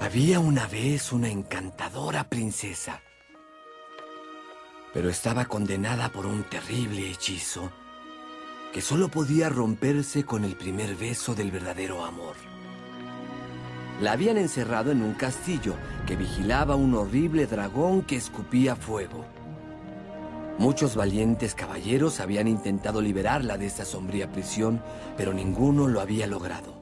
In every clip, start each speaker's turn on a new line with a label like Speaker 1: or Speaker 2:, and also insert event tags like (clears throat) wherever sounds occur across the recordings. Speaker 1: Había una vez una encantadora princesa, pero estaba condenada por un terrible hechizo que solo podía romperse con el primer beso del verdadero amor. La habían encerrado en un castillo que vigilaba un horrible dragón que escupía fuego. Muchos valientes caballeros habían intentado liberarla de esa sombría prisión, pero ninguno lo había logrado.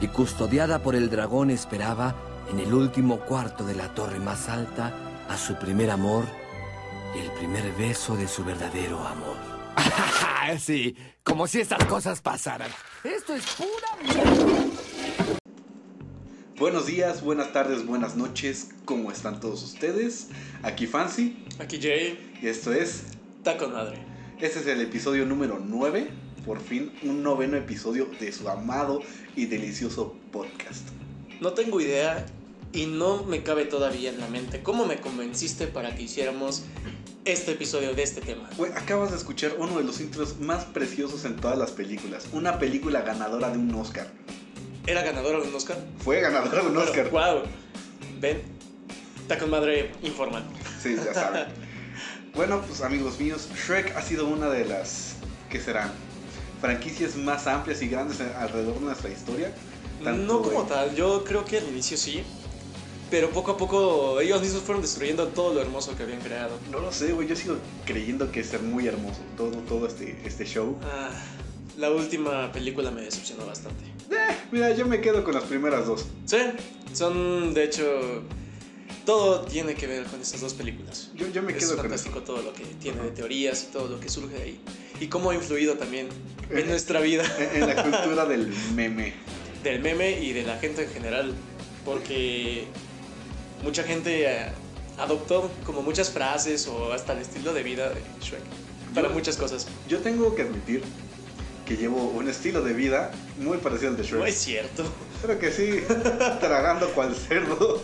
Speaker 1: Y custodiada por el dragón esperaba, en el último cuarto de la torre más alta, a su primer amor y el primer beso de su verdadero amor.
Speaker 2: (laughs) sí, como si estas cosas pasaran.
Speaker 1: Esto es pura
Speaker 3: Buenos días, buenas tardes, buenas noches, ¿cómo están todos ustedes? Aquí Fancy,
Speaker 4: Aquí Jay,
Speaker 3: y esto es,
Speaker 4: taco madre.
Speaker 3: este es el episodio número 9, por fin un noveno episodio de su amado y delicioso podcast.
Speaker 4: No tengo idea y no me cabe todavía en la mente cómo me convenciste para que hiciéramos este episodio de este tema.
Speaker 3: Güey, acabas de escuchar uno de los intros más preciosos en todas las películas, una película ganadora de un Oscar.
Speaker 4: ¿Era ganadora de un Oscar?
Speaker 3: Fue ganadora de un Oscar.
Speaker 4: Wow. Ven, taco madre informal.
Speaker 3: Sí, ya saben. Bueno, pues amigos míos, Shrek ha sido una de las, ¿qué serán? Franquicias más amplias y grandes alrededor de nuestra historia. Tanto
Speaker 4: no como
Speaker 3: en-
Speaker 4: tal, yo creo que al inicio sí, pero poco a poco ellos mismos fueron destruyendo todo lo hermoso que habían creado.
Speaker 3: No lo sé, güey. Yo sigo creyendo que es muy hermoso todo, todo este, este show.
Speaker 4: Ah, la última película me decepcionó bastante.
Speaker 3: Mira, yo me quedo con las primeras dos.
Speaker 4: Sí, son de hecho. Todo tiene que ver con estas dos películas.
Speaker 3: Yo, yo me
Speaker 4: es
Speaker 3: quedo con eso.
Speaker 4: fantástico todo lo que tiene de
Speaker 3: Ajá.
Speaker 4: teorías y todo lo que surge de ahí. Y cómo ha influido también
Speaker 3: Eh.
Speaker 4: en nuestra vida
Speaker 3: En, en la cultura del meme.
Speaker 4: del meme y de la gente en general. Porque mucha gente eh, adoptó como muchas frases o hasta el estilo de vida de Shrek. Para
Speaker 3: Yo-
Speaker 4: muchas cosas.
Speaker 3: Yo tengo que admitir que llevo un estilo de vida muy parecido al de
Speaker 4: No
Speaker 3: Shrek.
Speaker 4: es cierto. (laughs)
Speaker 3: Creo que sí, tragando cual cerdo.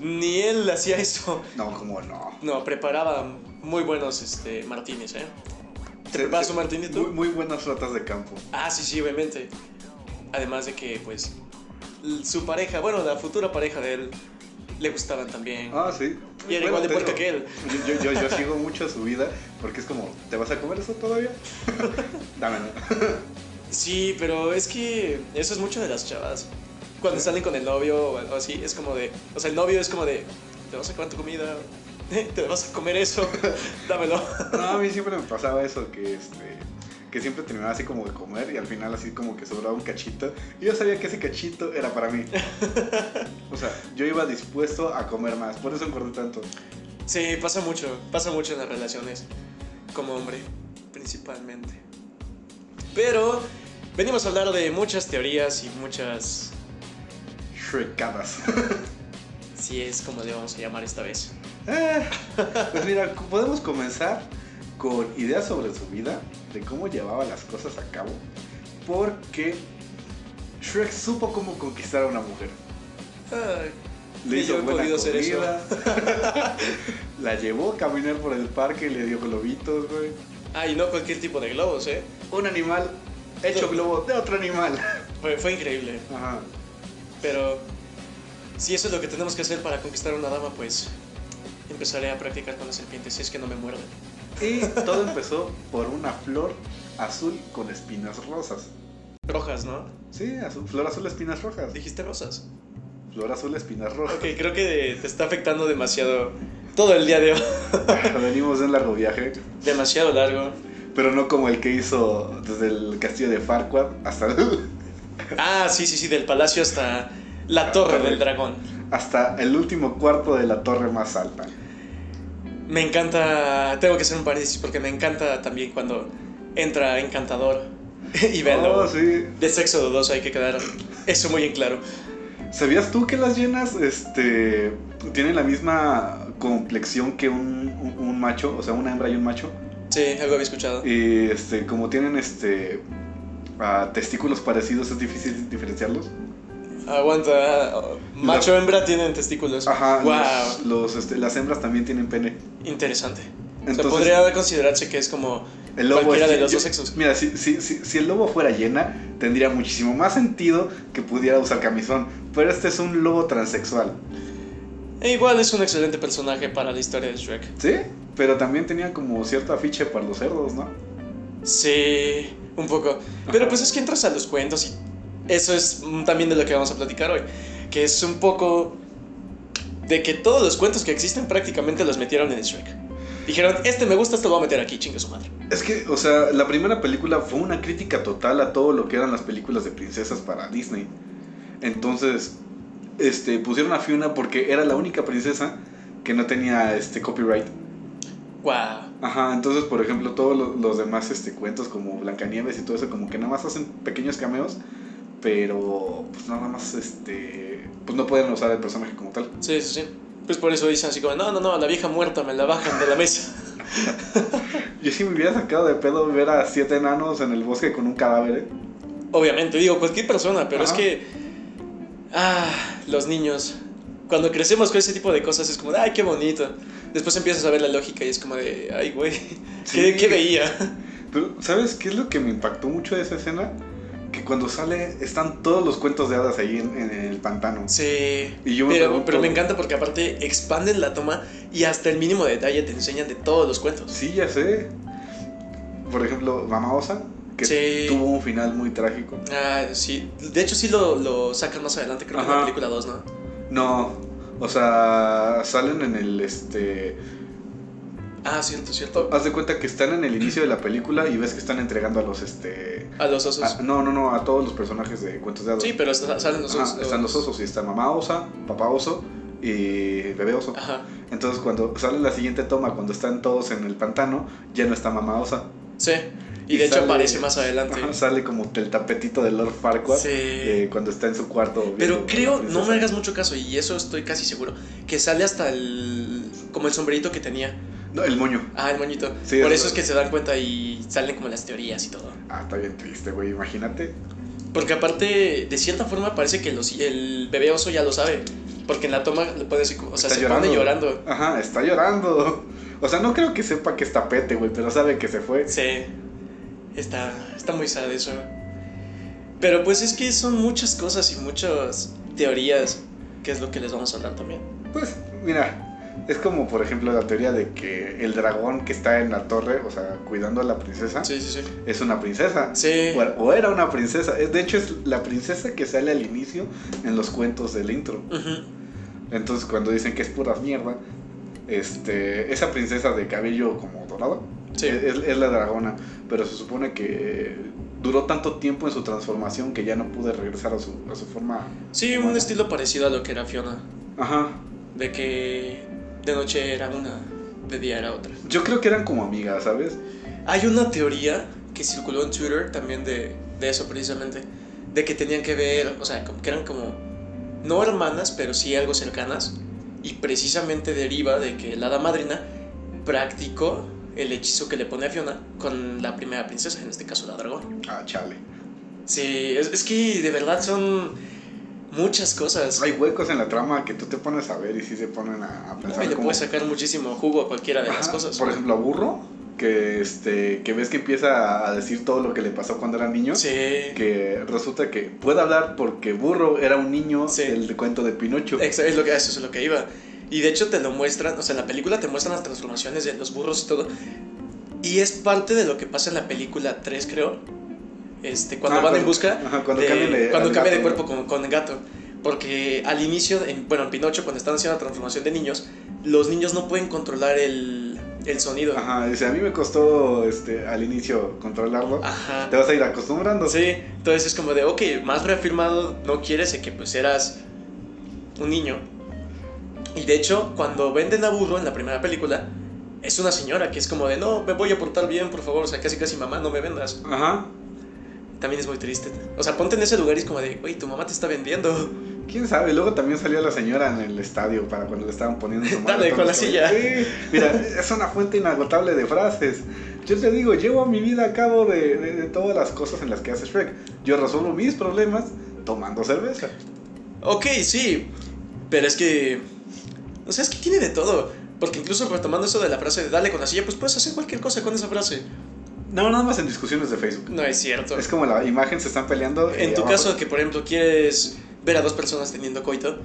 Speaker 4: Ni él hacía eso.
Speaker 3: No, como no.
Speaker 4: No, preparaba muy buenos este, martines, ¿eh?
Speaker 3: Se-
Speaker 4: preparas
Speaker 3: se-
Speaker 4: un martinito?
Speaker 3: Muy, muy buenas ratas de campo.
Speaker 4: Ah, sí, sí, obviamente. Además de que, pues, l- su pareja, bueno, la futura pareja de él, le gustaban también.
Speaker 3: Ah, sí.
Speaker 4: Y era igual de
Speaker 3: te
Speaker 4: puerca
Speaker 3: digo,
Speaker 4: que él.
Speaker 3: Yo, yo, yo, yo sigo mucho su vida porque es como, ¿te vas a comer eso todavía? (laughs) Dámelo.
Speaker 4: Sí, pero es que eso es mucho de las chavas. Cuando salen con el novio o algo así, es como de. O sea, el novio es como de. ¿Te vas a comer tu comida? (laughs) ¿Te vas a comer eso? (laughs) Dámelo.
Speaker 3: No, a mí siempre me pasaba eso, que este que siempre terminaba así como de comer y al final así como que sobraba un cachito. Y yo sabía que ese cachito era para
Speaker 4: (laughs)
Speaker 3: mí. O sea, yo iba dispuesto a comer más, por eso engordé tanto.
Speaker 4: Sí, pasa mucho. Pasa mucho en las relaciones. Como hombre, principalmente. Pero venimos a hablar de muchas teorías y muchas
Speaker 3: Shrekadas.
Speaker 4: Si es como le vamos a llamar esta vez.
Speaker 3: Ah, Pues mira, podemos comenzar con ideas sobre su vida, de cómo llevaba las cosas a cabo, porque Shrek supo cómo conquistar a una mujer. Le
Speaker 4: Ni yo
Speaker 3: hizo
Speaker 4: he
Speaker 3: buena
Speaker 4: podido hacer eso.
Speaker 3: comida. (laughs) La llevó a caminar por el parque y le dio globitos, güey.
Speaker 4: Ah, y no cualquier tipo de globos, ¿eh?
Speaker 3: Un animal hecho globo de otro animal.
Speaker 4: Fue, fue increíble.
Speaker 3: Ajá.
Speaker 4: Pero si eso es lo que tenemos que hacer para conquistar a una dama, pues empezaré a practicar con las serpientes si es que no me muerden.
Speaker 3: Y todo empezó por una flor azul con espinas rosas.
Speaker 4: Rojas, ¿no?
Speaker 3: Sí, azul- flor azul, espinas rojas.
Speaker 4: Dijiste rosas.
Speaker 3: Flor azul, espinas rojas.
Speaker 4: Ok, creo que te está afectando demasiado todo el día de hoy.
Speaker 3: (laughs) Venimos de un largo viaje,
Speaker 4: Demasiado largo.
Speaker 3: pero no como el que hizo desde el castillo de Farquaad hasta el,
Speaker 4: Ah, sí, sí, sí, del palacio hasta la torre del dragón.
Speaker 3: hasta el último cuarto de la torre más alta.
Speaker 4: Me encanta, tengo que hacer un paréntesis porque me encanta también cuando entra Encantador y ve al lobo.
Speaker 3: Oh, sí.
Speaker 4: De sexo dudoso hay que quedar eso muy en claro.
Speaker 3: ¿Sabías tú que las llenas este, tienen la misma complexión que un, un- un macho? O sea, una hembra y un macho.
Speaker 4: Sí, algo había escuchado.
Speaker 3: Y este, como tienen este, ah, testículos parecidos, es difícil diferenciarlos.
Speaker 4: Aguanta, ah, macho hembra tienen testículos.
Speaker 3: Ajá, los,
Speaker 4: wow,
Speaker 3: los, este, las hembras también tienen pene.
Speaker 4: interesante. o sea, podría considerarse que es como
Speaker 3: El lobo
Speaker 4: Cualquiera
Speaker 3: es-
Speaker 4: de los
Speaker 3: yo-
Speaker 4: dos sexos.
Speaker 3: Mira, si, si- si- si el lobo fuera llena, tendría muchísimo más sentido que pudiera usar camisón. Pero este es un lobo transexual,
Speaker 4: E igual es un excelente personaje para la historia de Shrek.
Speaker 3: ¿sí? Pero también tenía como cierto afiche para los cerdos, ¿no?
Speaker 4: Sí, un poco. Pero pues es que entras a los cuentos y eso es mm, también de lo que vamos a platicar hoy. Que es un poco de que todos los cuentos que existen prácticamente los metieron en Shrek. Dijeron, este me gusta, este lo voy a meter aquí, chingue su madre.
Speaker 3: Es que, o sea, la primera película fue una crítica total a todo lo que eran las películas de princesas para Disney. Entonces, este, pusieron a Fiona porque era la única princesa que no tenía este copyright.
Speaker 4: Wow.
Speaker 3: Ajá, entonces, por ejemplo, todos lo- los demás este, cuentos como Blancanieves y todo eso, como que nada más hacen pequeños cameos, pero pues nada más, este, pues no pueden usar el personaje como tal. (laughs)
Speaker 4: Sí, sí, sí. Pues por eso dicen así como, no, no, no, la vieja muerta me la bajan de la mesa. (laughs)
Speaker 3: Yo sí me hubiera sacado de pedo ver a siete enanos en el bosque con un cadáver, ¿eh?
Speaker 4: Obviamente, digo, cualquier persona, pero es
Speaker 3: Ajá.
Speaker 4: que... Ah, los niños. Cuando crecemos con ese tipo de cosas es como, de, ay, qué bonito. Después empiezas a ver la lógica y es como de, ay, güey, (laughs) ¿qué,
Speaker 3: Sí.
Speaker 4: qué veía? (laughs)
Speaker 3: Pero, ¿sabes qué es lo que me impactó mucho de esa escena? Que cuando sale, están todos los cuentos de hadas ahí en, en el pantano.
Speaker 4: Sí.
Speaker 3: Y yo me
Speaker 4: pero,
Speaker 3: pregunto-
Speaker 4: pero me encanta porque aparte expanden la toma y hasta el mínimo detalle te enseñan de todos los cuentos.
Speaker 3: Sí, ya sé. Por ejemplo, Mamá Osa, que
Speaker 4: Sí.
Speaker 3: tuvo un final muy trágico.
Speaker 4: Ah, sí. De hecho, sí lo, lo sacan más adelante, creo que en
Speaker 3: Ajá.
Speaker 4: la película 2, ¿no?
Speaker 3: No, o sea, salen en el, este...
Speaker 4: Ah, cierto, cierto.
Speaker 3: Haz de cuenta que están en el inicio de la película y ves que están entregando a los, este...
Speaker 4: A los osos.
Speaker 3: a- no, no, no, a todos los personajes de cuentos de hadas.
Speaker 4: sí, pero sa- salen los
Speaker 3: Ajá,
Speaker 4: osos.
Speaker 3: están los osos y está Mamá Osa, Papá Oso y Bebé Oso.
Speaker 4: Ajá.
Speaker 3: Entonces cuando sale la siguiente toma, cuando están todos en el pantano, ya no está mamá osa.
Speaker 4: Sí. Y,
Speaker 3: Y
Speaker 4: de hecho
Speaker 3: sale-
Speaker 4: aparece más adelante.
Speaker 3: Ajá, Sale como el tapetito de Lord Farquaad
Speaker 4: Sí.
Speaker 3: eh, cuando está en su cuarto. viendo
Speaker 4: Pero
Speaker 3: a
Speaker 4: creo,
Speaker 3: la princesa.
Speaker 4: no me hagas mucho caso, y eso estoy casi seguro, que sale hasta el. como el sombrerito que tenía.
Speaker 3: No, el moño.
Speaker 4: Ah, el moñito.
Speaker 3: Sí,
Speaker 4: Por
Speaker 3: es
Speaker 4: eso
Speaker 3: verdad.
Speaker 4: es que se dan cuenta y salen como las teorías y todo.
Speaker 3: Ah, está bien triste, güey, imagínate.
Speaker 4: Porque aparte, de cierta forma parece que los- el bebé oso ya lo sabe. Porque en la toma le pone así, o sea,
Speaker 3: Está
Speaker 4: se pone llorando.
Speaker 3: Ajá, está llorando. O sea, no creo que sepa que es tapete, güey, pero sabe que se fue.
Speaker 4: Sí. Está, está muy sad eso. Pero pues es que son muchas cosas y muchas teorías, que es lo que les vamos a hablar también.
Speaker 3: Pues, mira, es como, por ejemplo, la teoría de que el dragón que está en la torre, o sea, cuidando a la princesa,
Speaker 4: Sí, sí, sí.
Speaker 3: es una princesa.
Speaker 4: Sí.
Speaker 3: O, o era una princesa. Es- De hecho, es la princesa que sale al inicio en los cuentos del intro.
Speaker 4: Ujú.
Speaker 3: Entonces, cuando dicen que es puras mierda, este, esa princesa de cabello como dorado
Speaker 4: Sí.
Speaker 3: es, es- es la dragona. Pero se supone que duró tanto tiempo en su transformación que ya no pude regresar a su, a su forma.
Speaker 4: Sí, un
Speaker 3: humana.
Speaker 4: estilo parecido a lo que era Fiona.
Speaker 3: Ajá.
Speaker 4: De que de noche era una, de día era otra.
Speaker 3: Yo creo que eran como amigas, ¿sabes?
Speaker 4: Hay una teoría que circuló en Twitter también de, de eso precisamente. De que tenían que ver, o sea, como que eran como, no hermanas, pero sí algo cercanas. Y precisamente deriva de que la hada madrina practicó el hechizo que le pone a Fiona con la primera princesa, en este caso la dragón.
Speaker 3: Ah, chale.
Speaker 4: Sí, es, es que de verdad son muchas cosas.
Speaker 3: Hay huecos en la trama que tú te pones a ver y sí se ponen a, a
Speaker 4: No,
Speaker 3: pensar.
Speaker 4: y le
Speaker 3: como-
Speaker 4: puedes sacar muchísimo jugo a cualquiera de las
Speaker 3: Ajá,
Speaker 4: cosas.
Speaker 3: Por ejemplo, a Burro, que, este, que ves que empieza a decir todo lo que le pasó cuando era niño.
Speaker 4: Sí.
Speaker 3: Que resulta que puede hablar porque Burro era un niño
Speaker 4: Sí.
Speaker 3: del cuento de Pinocho.
Speaker 4: Exa- Es lo que, eso es lo que iba. Y de hecho te lo muestran, o sea, en la película te muestran las transformaciones de los burros y todo. Y es parte de lo que pasa en la película 3, creo. Este, cuando
Speaker 3: Ah,
Speaker 4: van
Speaker 3: cuando-
Speaker 4: en busca.
Speaker 3: ajá, cuando
Speaker 4: de-
Speaker 3: cambian de-
Speaker 4: cuando
Speaker 3: al
Speaker 4: cambia de
Speaker 3: gato,
Speaker 4: cuerpo con, con el gato. Porque al inicio, en- bueno, en Pinocho, cuando están haciendo la transformación de niños, los niños no pueden controlar el, el sonido. Ajá.
Speaker 3: Ajá, dice, a mí me costó este, al inicio controlarlo. Te vas a ir acostumbrando.
Speaker 4: Ah. Sí, entonces es como de, ok, más reafirmado no quieres de que pues eras un niño. Y de hecho, cuando venden a Burro en la primera película, es una señora que es como de, no, me voy a portar bien, por favor, o sea, casi casi mamá, no me vendas.
Speaker 3: Ajá.
Speaker 4: También es muy triste. O sea, ponte en ese lugar y es como de, oye, tu mamá te está vendiendo. (laughs)
Speaker 3: Quién sabe, luego también salió la señora en el estadio para cuando le estaban poniendo
Speaker 4: (laughs)
Speaker 3: su madre
Speaker 4: Dale,
Speaker 3: a todos
Speaker 4: con
Speaker 3: los
Speaker 4: la
Speaker 3: caballos.
Speaker 4: silla.
Speaker 3: Sí, mira, es una fuente inagotable de frases. Yo te digo, llevo mi vida a cabo de, de- de todas las cosas en las que hace Shrek. Yo resuelvo mis problemas tomando cerveza.
Speaker 4: Ok, sí, pero es que, o sea, es que tiene de todo. Porque incluso retomando eso de la frase de dale con la silla, pues puedes hacer cualquier cosa con esa frase.
Speaker 3: No, nada más en discusiones de Facebook.
Speaker 4: No es cierto.
Speaker 3: Es como la imagen se están peleando.
Speaker 4: En
Speaker 3: eh,
Speaker 4: tu
Speaker 3: abajo.
Speaker 4: caso, que por ejemplo quieres ver a dos personas teniendo coito,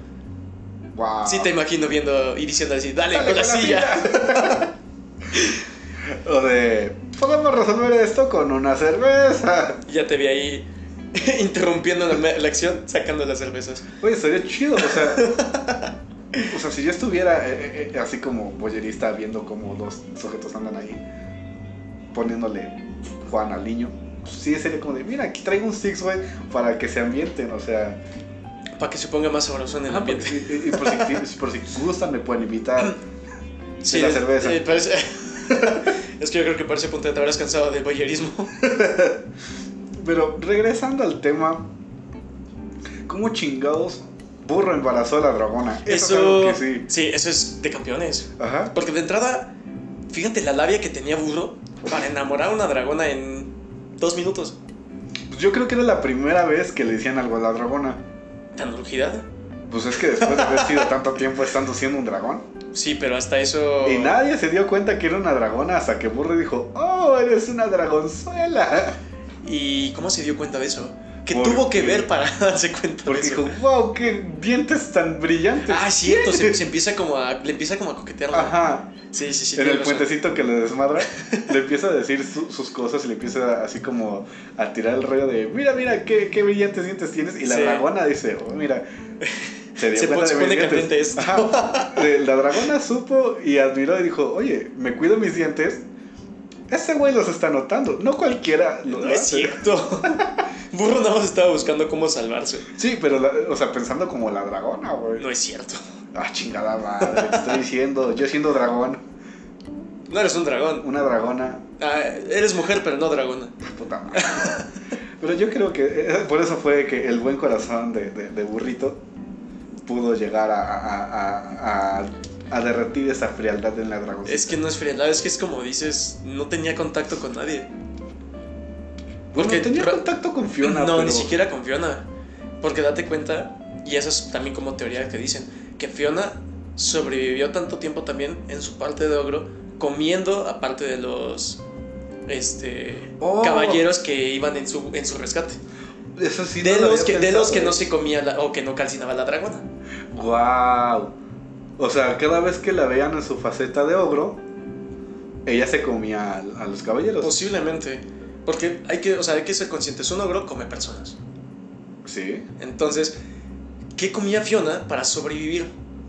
Speaker 3: Wow.
Speaker 4: sí te imagino viendo y diciendo así, dale, con la silla.
Speaker 3: (laughs) o de. Podemos resolver esto con una cerveza.
Speaker 4: Y (laughs) ya te vi ahí interrumpiendo la, me- la acción, sacando las cervezas.
Speaker 3: Oye, estaría chido, o sea.
Speaker 4: (laughs)
Speaker 3: O sea, si yo estuviera eh, eh, eh, así como boyerista viendo cómo dos sujetos andan ahí poniéndole Juan al niño, pues sí sería como de, mira, aquí traigo un six, güey, para que se ambienten, o sea,
Speaker 4: Para que se ponga más sabroso en el
Speaker 3: y,
Speaker 4: ambiente.
Speaker 3: y- y por, si, por si gustan me pueden invitar.
Speaker 4: Sí,
Speaker 3: la cerveza.
Speaker 4: eh, parece- (laughs) es que yo creo que parece punto de te habrás cansado del boyerismo.
Speaker 3: Pero regresando al tema, ¿cómo chingados burro embarazó a la
Speaker 4: (laughs)
Speaker 3: dragona? Eso,
Speaker 4: Eso,
Speaker 3: es algo que sí.
Speaker 4: sí, eso es de campeones.
Speaker 3: Ajá.
Speaker 4: Porque de entrada, fíjate la labia que tenía Burro para enamorar a una dragona en dos minutos.
Speaker 3: Yo creo que era la primera vez que le decían algo a la dragona.
Speaker 4: Tan urgida.
Speaker 3: Pues es que después de haber sido tanto tiempo estando siendo un dragón.
Speaker 4: Sí, pero hasta eso.
Speaker 3: Y nadie se dio cuenta que era una dragona hasta que Burro dijo, oh, eres una dragonzuela.
Speaker 4: ¿Y cómo se dio cuenta de eso? ¿Qué
Speaker 3: Porque-
Speaker 4: tuvo que ver para (laughs) darse cuenta
Speaker 3: Porque
Speaker 4: de eso?
Speaker 3: dijo, wow, qué dientes tan brillantes.
Speaker 4: Ah, es cierto, se, se empieza como a, le empieza como a coquetear. ¿no?
Speaker 3: Ajá.
Speaker 4: Sí, sí, sí.
Speaker 3: en
Speaker 4: tiene
Speaker 3: el
Speaker 4: razón.
Speaker 3: puentecito que le desmadra, le empieza a decir su- sus cosas y le empieza así como a tirar el rollo de, mira, mira, qué, qué brillantes dientes tienes. Y la
Speaker 4: Sí.
Speaker 3: dragona dice, "Oh, mira, se dio
Speaker 4: Se
Speaker 3: cuenta
Speaker 4: pone- se
Speaker 3: de mis
Speaker 4: pone
Speaker 3: dientes".
Speaker 4: candente esto.
Speaker 3: Ajá. Eh, La dragona supo y admiró y dijo, oye, me cuido mis dientes. Este güey los está notando, no cualquiera lo
Speaker 4: No es
Speaker 3: hace.
Speaker 4: cierto. (laughs) Burro nada más estaba buscando cómo salvarse.
Speaker 3: Sí, pero, la- o sea, pensando como la dragona, güey.
Speaker 4: No es cierto.
Speaker 3: Ah, chingada madre, te estoy diciendo, yo siendo dragón,
Speaker 4: No eres un dragón.
Speaker 3: una dragona,
Speaker 4: Ah, eres mujer, pero no dragona.
Speaker 3: Puta madre. (laughs) Pero yo creo que eh, por eso fue que el buen corazón de, de- de Burrito pudo llegar a, a- a- a- a derretir esa frialdad en la dragoncita.
Speaker 4: Es que no es frialdad, es que es como dices, no tenía contacto con nadie.
Speaker 3: Bueno,
Speaker 4: porque-
Speaker 3: tenía
Speaker 4: pero-
Speaker 3: contacto con Fiona,
Speaker 4: (clears throat) no,
Speaker 3: pero-
Speaker 4: ni siquiera con Fiona. Porque date cuenta, y eso es también como teoría que dicen, que Fiona sobrevivió tanto tiempo también en su parte de ogro, comiendo aparte de los este
Speaker 3: Oh.
Speaker 4: caballeros que iban en su, en su rescate.
Speaker 3: Eso sí
Speaker 4: de,
Speaker 3: no lo
Speaker 4: los
Speaker 3: había
Speaker 4: que, de
Speaker 3: pensado,
Speaker 4: los que no
Speaker 3: eh.
Speaker 4: se comía la- o que no calcinaba la dragona.
Speaker 3: Guau. O sea, cada vez que la veían en su faceta de ogro, ella se comía a, a los caballeros.
Speaker 4: Pues Posiblemente. Porque hay que, o sea, hay que ser conscientes, un ogro come personas.
Speaker 3: sí,
Speaker 4: Entonces, ¿qué comía Fiona para sobrevivir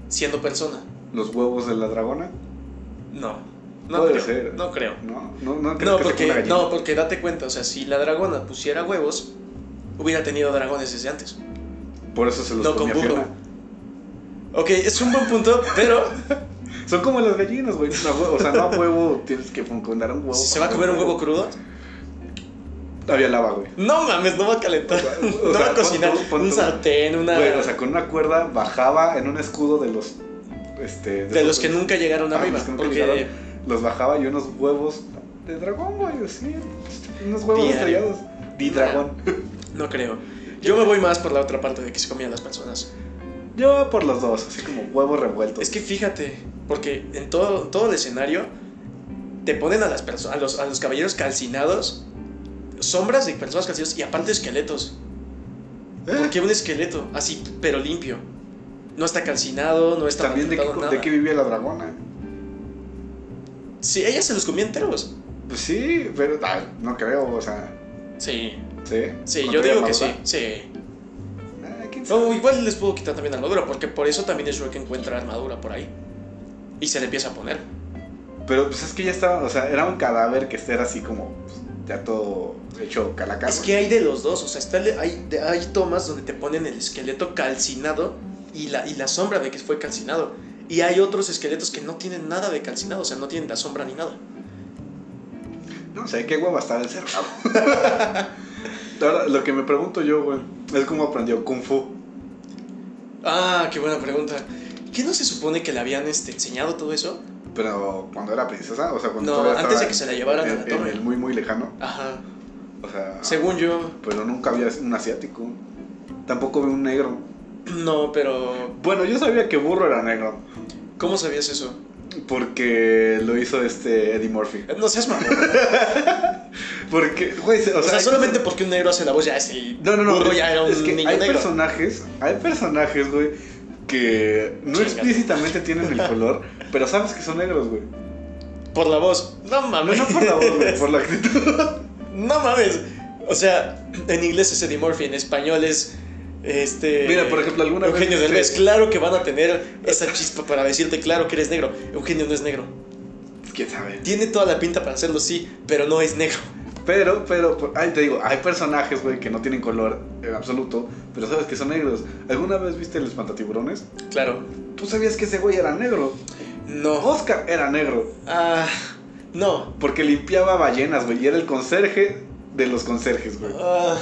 Speaker 4: siendo persona?
Speaker 3: los huevos de la dragona.
Speaker 4: No, no
Speaker 3: Puede
Speaker 4: creo.
Speaker 3: ser.
Speaker 4: No creo.
Speaker 3: No, no, no, creo
Speaker 4: No
Speaker 3: que se coma
Speaker 4: porque,
Speaker 3: gallina.
Speaker 4: no, porque date cuenta, o sea, si la dragona pusiera huevos, hubiera tenido dragones desde antes.
Speaker 3: Por eso se los
Speaker 4: No, con
Speaker 3: comía
Speaker 4: burro.
Speaker 3: Fiona.
Speaker 4: Ok, es un buen punto,
Speaker 3: (laughs)
Speaker 4: pero
Speaker 3: Son como las gallinas, güey. No, güey, o sea, no a huevo tienes que fecundar un huevo.
Speaker 4: si se va a comer un huevo crudo,
Speaker 3: Había lava, güey.
Speaker 4: no mames, no va a calentar,
Speaker 3: O
Speaker 4: (laughs) no
Speaker 3: sea,
Speaker 4: va a
Speaker 3: pon
Speaker 4: cocinar
Speaker 3: tú- pon
Speaker 4: un
Speaker 3: tú-
Speaker 4: sartén, una...
Speaker 3: Güey, o sea, con una cuerda bajaba en un escudo de los. Este,
Speaker 4: de
Speaker 3: esos-
Speaker 4: los que nunca llegaron
Speaker 3: Ah,
Speaker 4: arriba,
Speaker 3: los que nunca
Speaker 4: porque
Speaker 3: llegaron. Los bajaba y unos huevos de dragón, güey. Sí, unos huevos
Speaker 4: Diario.
Speaker 3: estrellados. Di dragón.
Speaker 4: no creo. Yo me voy más por la otra parte de que se comían las personas.
Speaker 3: Yo por los dos, así como huevos revueltos.
Speaker 4: Es que fíjate, porque en todo, todo el escenario te ponen a las perso- a los, a los caballeros calcinados, sombras de personas calcinadas y aparte esqueletos.
Speaker 3: ¿Eh?
Speaker 4: ¿Por qué un esqueleto? Así, pero limpio. No está calcinado, no está
Speaker 3: También de qué,
Speaker 4: maltratado,
Speaker 3: de
Speaker 4: nada.
Speaker 3: qué vivía la dragona.
Speaker 4: Sí, ella se los comía enteros.
Speaker 3: Pues sí, pero ah, no creo, o sea.
Speaker 4: Sí,
Speaker 3: Sí.
Speaker 4: sí,
Speaker 3: Con
Speaker 4: yo
Speaker 3: toda
Speaker 4: digo
Speaker 3: la
Speaker 4: que sí,
Speaker 3: maldad.
Speaker 4: sí.
Speaker 3: Ah, ¿quién sabe?
Speaker 4: No, igual les puedo quitar también armadura, porque por eso también es que encuentra armadura por ahí. Y se le empieza a poner.
Speaker 3: Pero pues es que ya estaba, o sea, era un cadáver que era así como pues, ya todo hecho calaca.
Speaker 4: Es
Speaker 3: güey.
Speaker 4: que hay de los dos, o sea, está el- hay, de- hay tomas donde te ponen el esqueleto calcinado y la, y la sombra de que fue calcinado. Y hay otros esqueletos que no tienen nada de calcinado, o sea, no tienen la sombra ni nada.
Speaker 3: No sé, qué hueva estaba encerrado. (laughs) Ahora, lo que me pregunto yo, güey, es cómo aprendió Kung Fu.
Speaker 4: Ah, qué buena pregunta. ¿Qué no se supone que le habían este, enseñado todo eso?
Speaker 3: Pero cuando era princesa, o sea, cuando
Speaker 4: No,
Speaker 3: todavía
Speaker 4: antes
Speaker 3: estaba
Speaker 4: de que se la llevaran
Speaker 3: en,
Speaker 4: a la
Speaker 3: en
Speaker 4: torre.
Speaker 3: el muy, muy lejano.
Speaker 4: Ajá.
Speaker 3: O sea,
Speaker 4: Según yo,
Speaker 3: pero nunca había un asiático. Tampoco vi un negro.
Speaker 4: no, pero
Speaker 3: Bueno, yo sabía que burro era negro.
Speaker 4: ¿cómo sabías eso?
Speaker 3: Porque lo hizo este Eddie Murphy.
Speaker 4: No
Speaker 3: (laughs)
Speaker 4: seas mamón.
Speaker 3: Porque, güey,
Speaker 4: O sea, solamente porque un negro hace la voz ya es el
Speaker 3: No, no, no.
Speaker 4: burro
Speaker 3: es-
Speaker 4: ya era un
Speaker 3: es que
Speaker 4: niño
Speaker 3: hay
Speaker 4: negro.
Speaker 3: personajes, hay personajes, güey, que no
Speaker 4: Chinga.
Speaker 3: explícitamente tienen el
Speaker 4: (laughs)
Speaker 3: color, pero sabes que son negros, güey.
Speaker 4: Por la voz. No
Speaker 3: No,
Speaker 4: mames.
Speaker 3: no por la voz, güey, por la actitud.
Speaker 4: (laughs) No mames. O sea, en inglés es Eddie Murphy, en español es. Este.
Speaker 3: Mira, por ejemplo, alguna vez
Speaker 4: Eugenio
Speaker 3: este-
Speaker 4: Derbez. Claro que van a tener esa chispa para decirte, claro que eres negro. Eugenio no es negro.
Speaker 3: Quién sabe.
Speaker 4: Tiene toda la pinta para hacerlo, sí, pero no es negro.
Speaker 3: Pero, pero, por- ay, te digo, hay personajes, güey, que no tienen color en absoluto, pero sabes que son negros. ¿Alguna vez viste el espantatiburones?
Speaker 4: Claro.
Speaker 3: Tú sabías que ese güey era negro.
Speaker 4: No.
Speaker 3: Oscar era negro.
Speaker 4: Ah. No.
Speaker 3: Porque limpiaba ballenas, güey, y era el conserje de los conserjes, güey.
Speaker 4: Ah,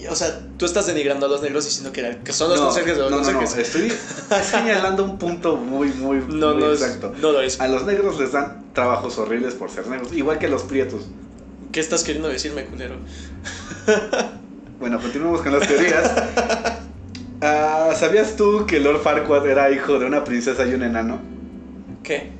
Speaker 4: y, o sea, tú estás denigrando a los negros diciendo que, era- que son los conserjes de los
Speaker 3: no, no, eh, no,
Speaker 4: conserjes.
Speaker 3: estoy
Speaker 4: (laughs)
Speaker 3: señalando un punto muy, muy,
Speaker 4: No,
Speaker 3: muy
Speaker 4: no es-
Speaker 3: exacto. Ah.
Speaker 4: no lo es.
Speaker 3: A los negros les dan trabajos horribles por ser negros, igual que a los prietos.
Speaker 4: ¿Qué estás queriendo decirme, culero?
Speaker 3: Bueno, continuamos con las
Speaker 4: (laughs)
Speaker 3: teorías. Ah, ¿Sabías tú que Lord Farquaad era hijo de una princesa y un enano?
Speaker 4: ¿Qué?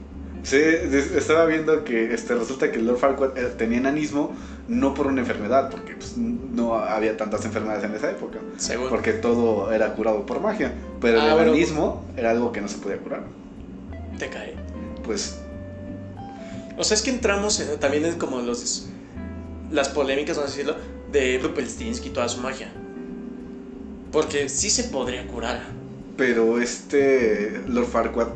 Speaker 3: Sí, des- estaba viendo que este, resulta que Lord Farquaad eh, tenía enanismo no por una enfermedad, porque pues, no había tantas enfermedades en esa época,
Speaker 4: Según.
Speaker 3: porque todo era curado por magia, pero el
Speaker 4: Ah, bueno.
Speaker 3: enanismo era algo que no se podía curar.
Speaker 4: Te cae.
Speaker 3: Pues
Speaker 4: O sea, es que entramos en- también en como los, las polémicas, vamos a decirlo, de Rupelstinsky y toda su magia. Porque sí se podría curar.
Speaker 3: Pero este Lord Farquaad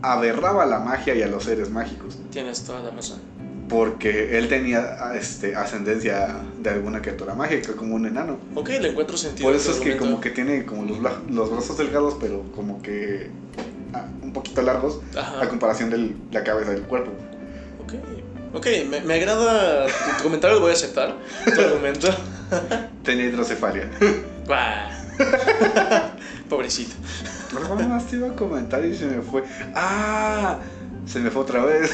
Speaker 3: aberraba la magia y a los seres mágicos.
Speaker 4: Tienes toda la razón.
Speaker 3: Porque él tenía este, ascendencia de alguna criatura mágica, como un enano.
Speaker 4: Ok, le encuentro sentido.
Speaker 3: Por
Speaker 4: a
Speaker 3: eso es
Speaker 4: tu
Speaker 3: que
Speaker 4: argumento.
Speaker 3: como que tiene como los, bla- los brazos delgados, pero como que ah, un poquito largos a
Speaker 4: Ajá.
Speaker 3: comparación de la cabeza del cuerpo.
Speaker 4: Ok, ok, me, me agrada tu comentario, lo voy a aceptar. Tu argumento.
Speaker 3: Tenía (laughs) hidrocefalia.
Speaker 4: Bah. (laughs) Pobrecito.
Speaker 3: Pero ¿cómo más te iba a comentar y se me fue. ¡Ah! Se me fue otra (laughs) vez.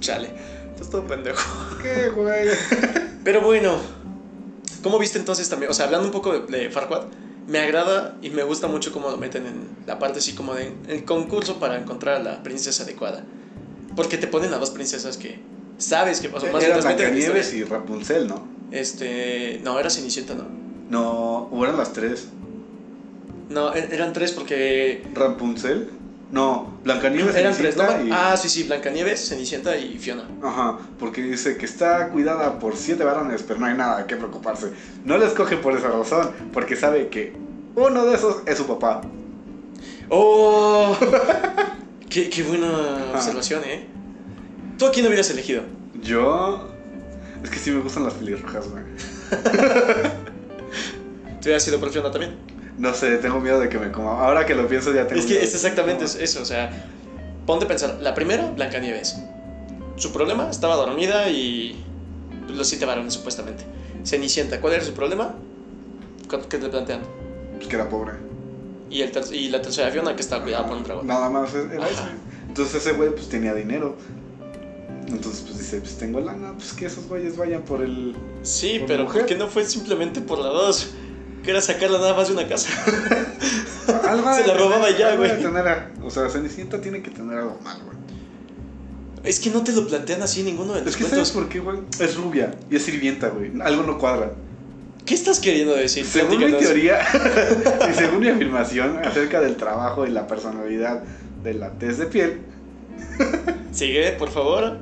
Speaker 4: Chale. Estás todo pendejo.
Speaker 3: ¡Qué güey!
Speaker 4: Pero bueno, ¿cómo viste entonces también? O sea, hablando un poco de, de Farquaad, me agrada y me gusta mucho cómo lo meten en la parte así como de el concurso para encontrar a la princesa adecuada. Porque te ponen a dos princesas que sabes que pasó.
Speaker 3: Era Blancanieves y Rapunzel, ¿no?
Speaker 4: Este. No, era Cenicienta, no.
Speaker 3: No, o eran las tres.
Speaker 4: No, e- eran tres porque.
Speaker 3: Rapunzel. No, Blancanieves
Speaker 4: Eran tres,
Speaker 3: Cenicienta
Speaker 4: ¿no?
Speaker 3: y-
Speaker 4: Ah, sí, sí, Blancanieves, Cenicienta y Fiona.
Speaker 3: Ajá, porque dice que está cuidada por siete varones, pero no hay nada que preocuparse. No la escoge por esa razón, porque sabe que uno de esos es su papá.
Speaker 4: ¡Oh! (laughs) qué, qué buena
Speaker 3: Ah.
Speaker 4: observación, ¿eh? ¿Tú a quién hubieras elegido?
Speaker 3: Yo. Es que sí me gustan las pelirrojas, güey.
Speaker 4: ¿Te hubieras sido por Fiona también?
Speaker 3: No sé, tengo miedo de que me coma. Ahora que lo pienso ya tengo
Speaker 4: Es que
Speaker 3: miedo.
Speaker 4: es exactamente eso, o sea, ponte a pensar, la primera, Blancanieves. Su problema, estaba dormida y los siete varones supuestamente. Cenicienta, ¿cuál era su problema? ¿Cu- ¿Qué te plantean?
Speaker 3: Pues que era pobre.
Speaker 4: Y, el ter- y la tercera Fiona que estaba cuidada por un dragón.
Speaker 3: Nada más era
Speaker 4: Ajá.
Speaker 3: eso. Entonces ese güey pues tenía dinero. Entonces pues dice, pues tengo lana, pues que esos güeyes vayan por
Speaker 4: (laughs)
Speaker 3: el
Speaker 4: Sí,
Speaker 3: ¿Por
Speaker 4: pero
Speaker 3: mujer?
Speaker 4: ¿por qué no fue simplemente por la dos? Que era sacarla nada más de una casa. (laughs)
Speaker 3: Algo ha
Speaker 4: Se
Speaker 3: de
Speaker 4: la
Speaker 3: tener-
Speaker 4: robaba ya,
Speaker 3: algo ha de
Speaker 4: güey.
Speaker 3: tener a- o sea, Cenicienta tiene que tener algo mal, güey.
Speaker 4: es que no te lo plantean así en ninguno de los
Speaker 3: Es que
Speaker 4: cuentos.
Speaker 3: ¿sabes por qué, güey? Es rubia y es sirvienta, güey. Algo no cuadra.
Speaker 4: ¿Qué estás queriendo decir?
Speaker 3: Según mi
Speaker 4: Platícanos.
Speaker 3: teoría
Speaker 4: (laughs)
Speaker 3: (laughs) y según mi afirmación acerca del trabajo y la personalidad de la tez de piel,
Speaker 4: Sigue, por favor.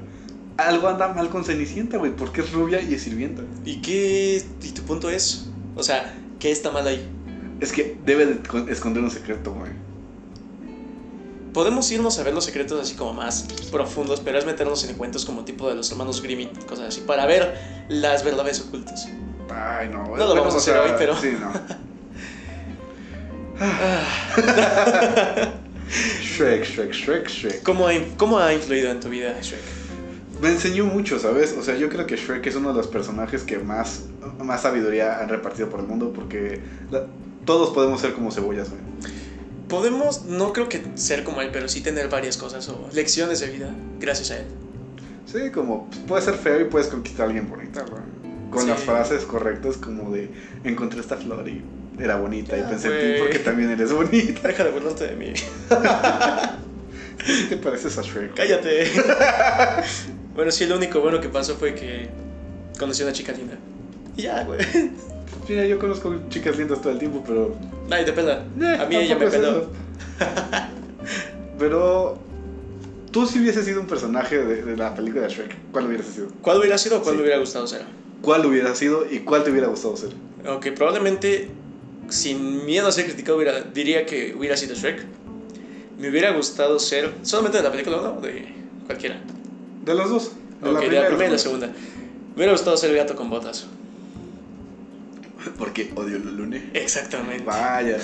Speaker 3: algo anda mal con Cenicienta, güey, porque es rubia y es sirvienta.
Speaker 4: ¿Y qué? ¿Y tu punto es? O sea, ¿qué está mal ahí?
Speaker 3: Es que debe de co- esconder un secreto, güey.
Speaker 4: Podemos irnos a ver los secretos así como más profundos, pero es meternos en cuentos como tipo de los hermanos Grimm y cosas así, para ver las verdades ocultas.
Speaker 3: Ay, no, güey.
Speaker 4: No lo vamos a
Speaker 3: o
Speaker 4: hacer
Speaker 3: sea,
Speaker 4: hoy, pero-
Speaker 3: Sí, no.
Speaker 4: Ah,
Speaker 3: Shrek, Shrek, Shrek, Shrek.
Speaker 4: ¿Cómo ha, cómo ha influido en tu vida, Shrek?
Speaker 3: Me enseñó mucho, ¿sabes? O sea, yo creo que Shrek es uno de los personajes que más, más sabiduría han repartido por el mundo porque la- todos podemos ser como cebollas, güey.
Speaker 4: Podemos, no creo que ser como él, pero sí tener varias cosas o lecciones de vida gracias a él.
Speaker 3: Sí, como pues, puedes ser feo y puedes conquistar a alguien bonita, güey. Con
Speaker 4: Sí.
Speaker 3: las frases correctas como de encontré esta flor y era bonita y
Speaker 4: Ya,
Speaker 3: pensé en (laughs)
Speaker 4: güey.
Speaker 3: ti porque también eres bonita.
Speaker 4: Deja de burlarte de mí.
Speaker 3: ¿Qué te pareces a Shrek?
Speaker 4: Cállate. (laughs) bueno, sí, lo único bueno que pasó fue que conocí a una chica linda. Y ya, güey.
Speaker 3: Mira, yo conozco chicas lindas todo el tiempo, pero.
Speaker 4: Nadie te pela.
Speaker 3: eh,
Speaker 4: a mí ella
Speaker 3: tampoco
Speaker 4: me
Speaker 3: es
Speaker 4: peló.
Speaker 3: eso. (laughs) pero. Tú si hubieses sido un personaje de, de la película de Shrek, ¿cuál hubieras sido?
Speaker 4: ¿Cuál hubiera sido o cuál
Speaker 3: Sí.
Speaker 4: me hubiera gustado ser?
Speaker 3: ¿Cuál hubieras sido y cuál te hubiera gustado ser?
Speaker 4: Aunque probablemente, sin miedo a ser criticado, hubiera- diría que hubiera sido Shrek. Me hubiera gustado ser, solamente de la película, ¿no? De cualquiera.
Speaker 3: De las dos. De
Speaker 4: Ok, de la primera y la
Speaker 3: segunda.
Speaker 4: segunda. Me hubiera gustado ser el gato con botas.
Speaker 3: Porque odio el lunes.
Speaker 4: Exactamente.
Speaker 3: Vaya.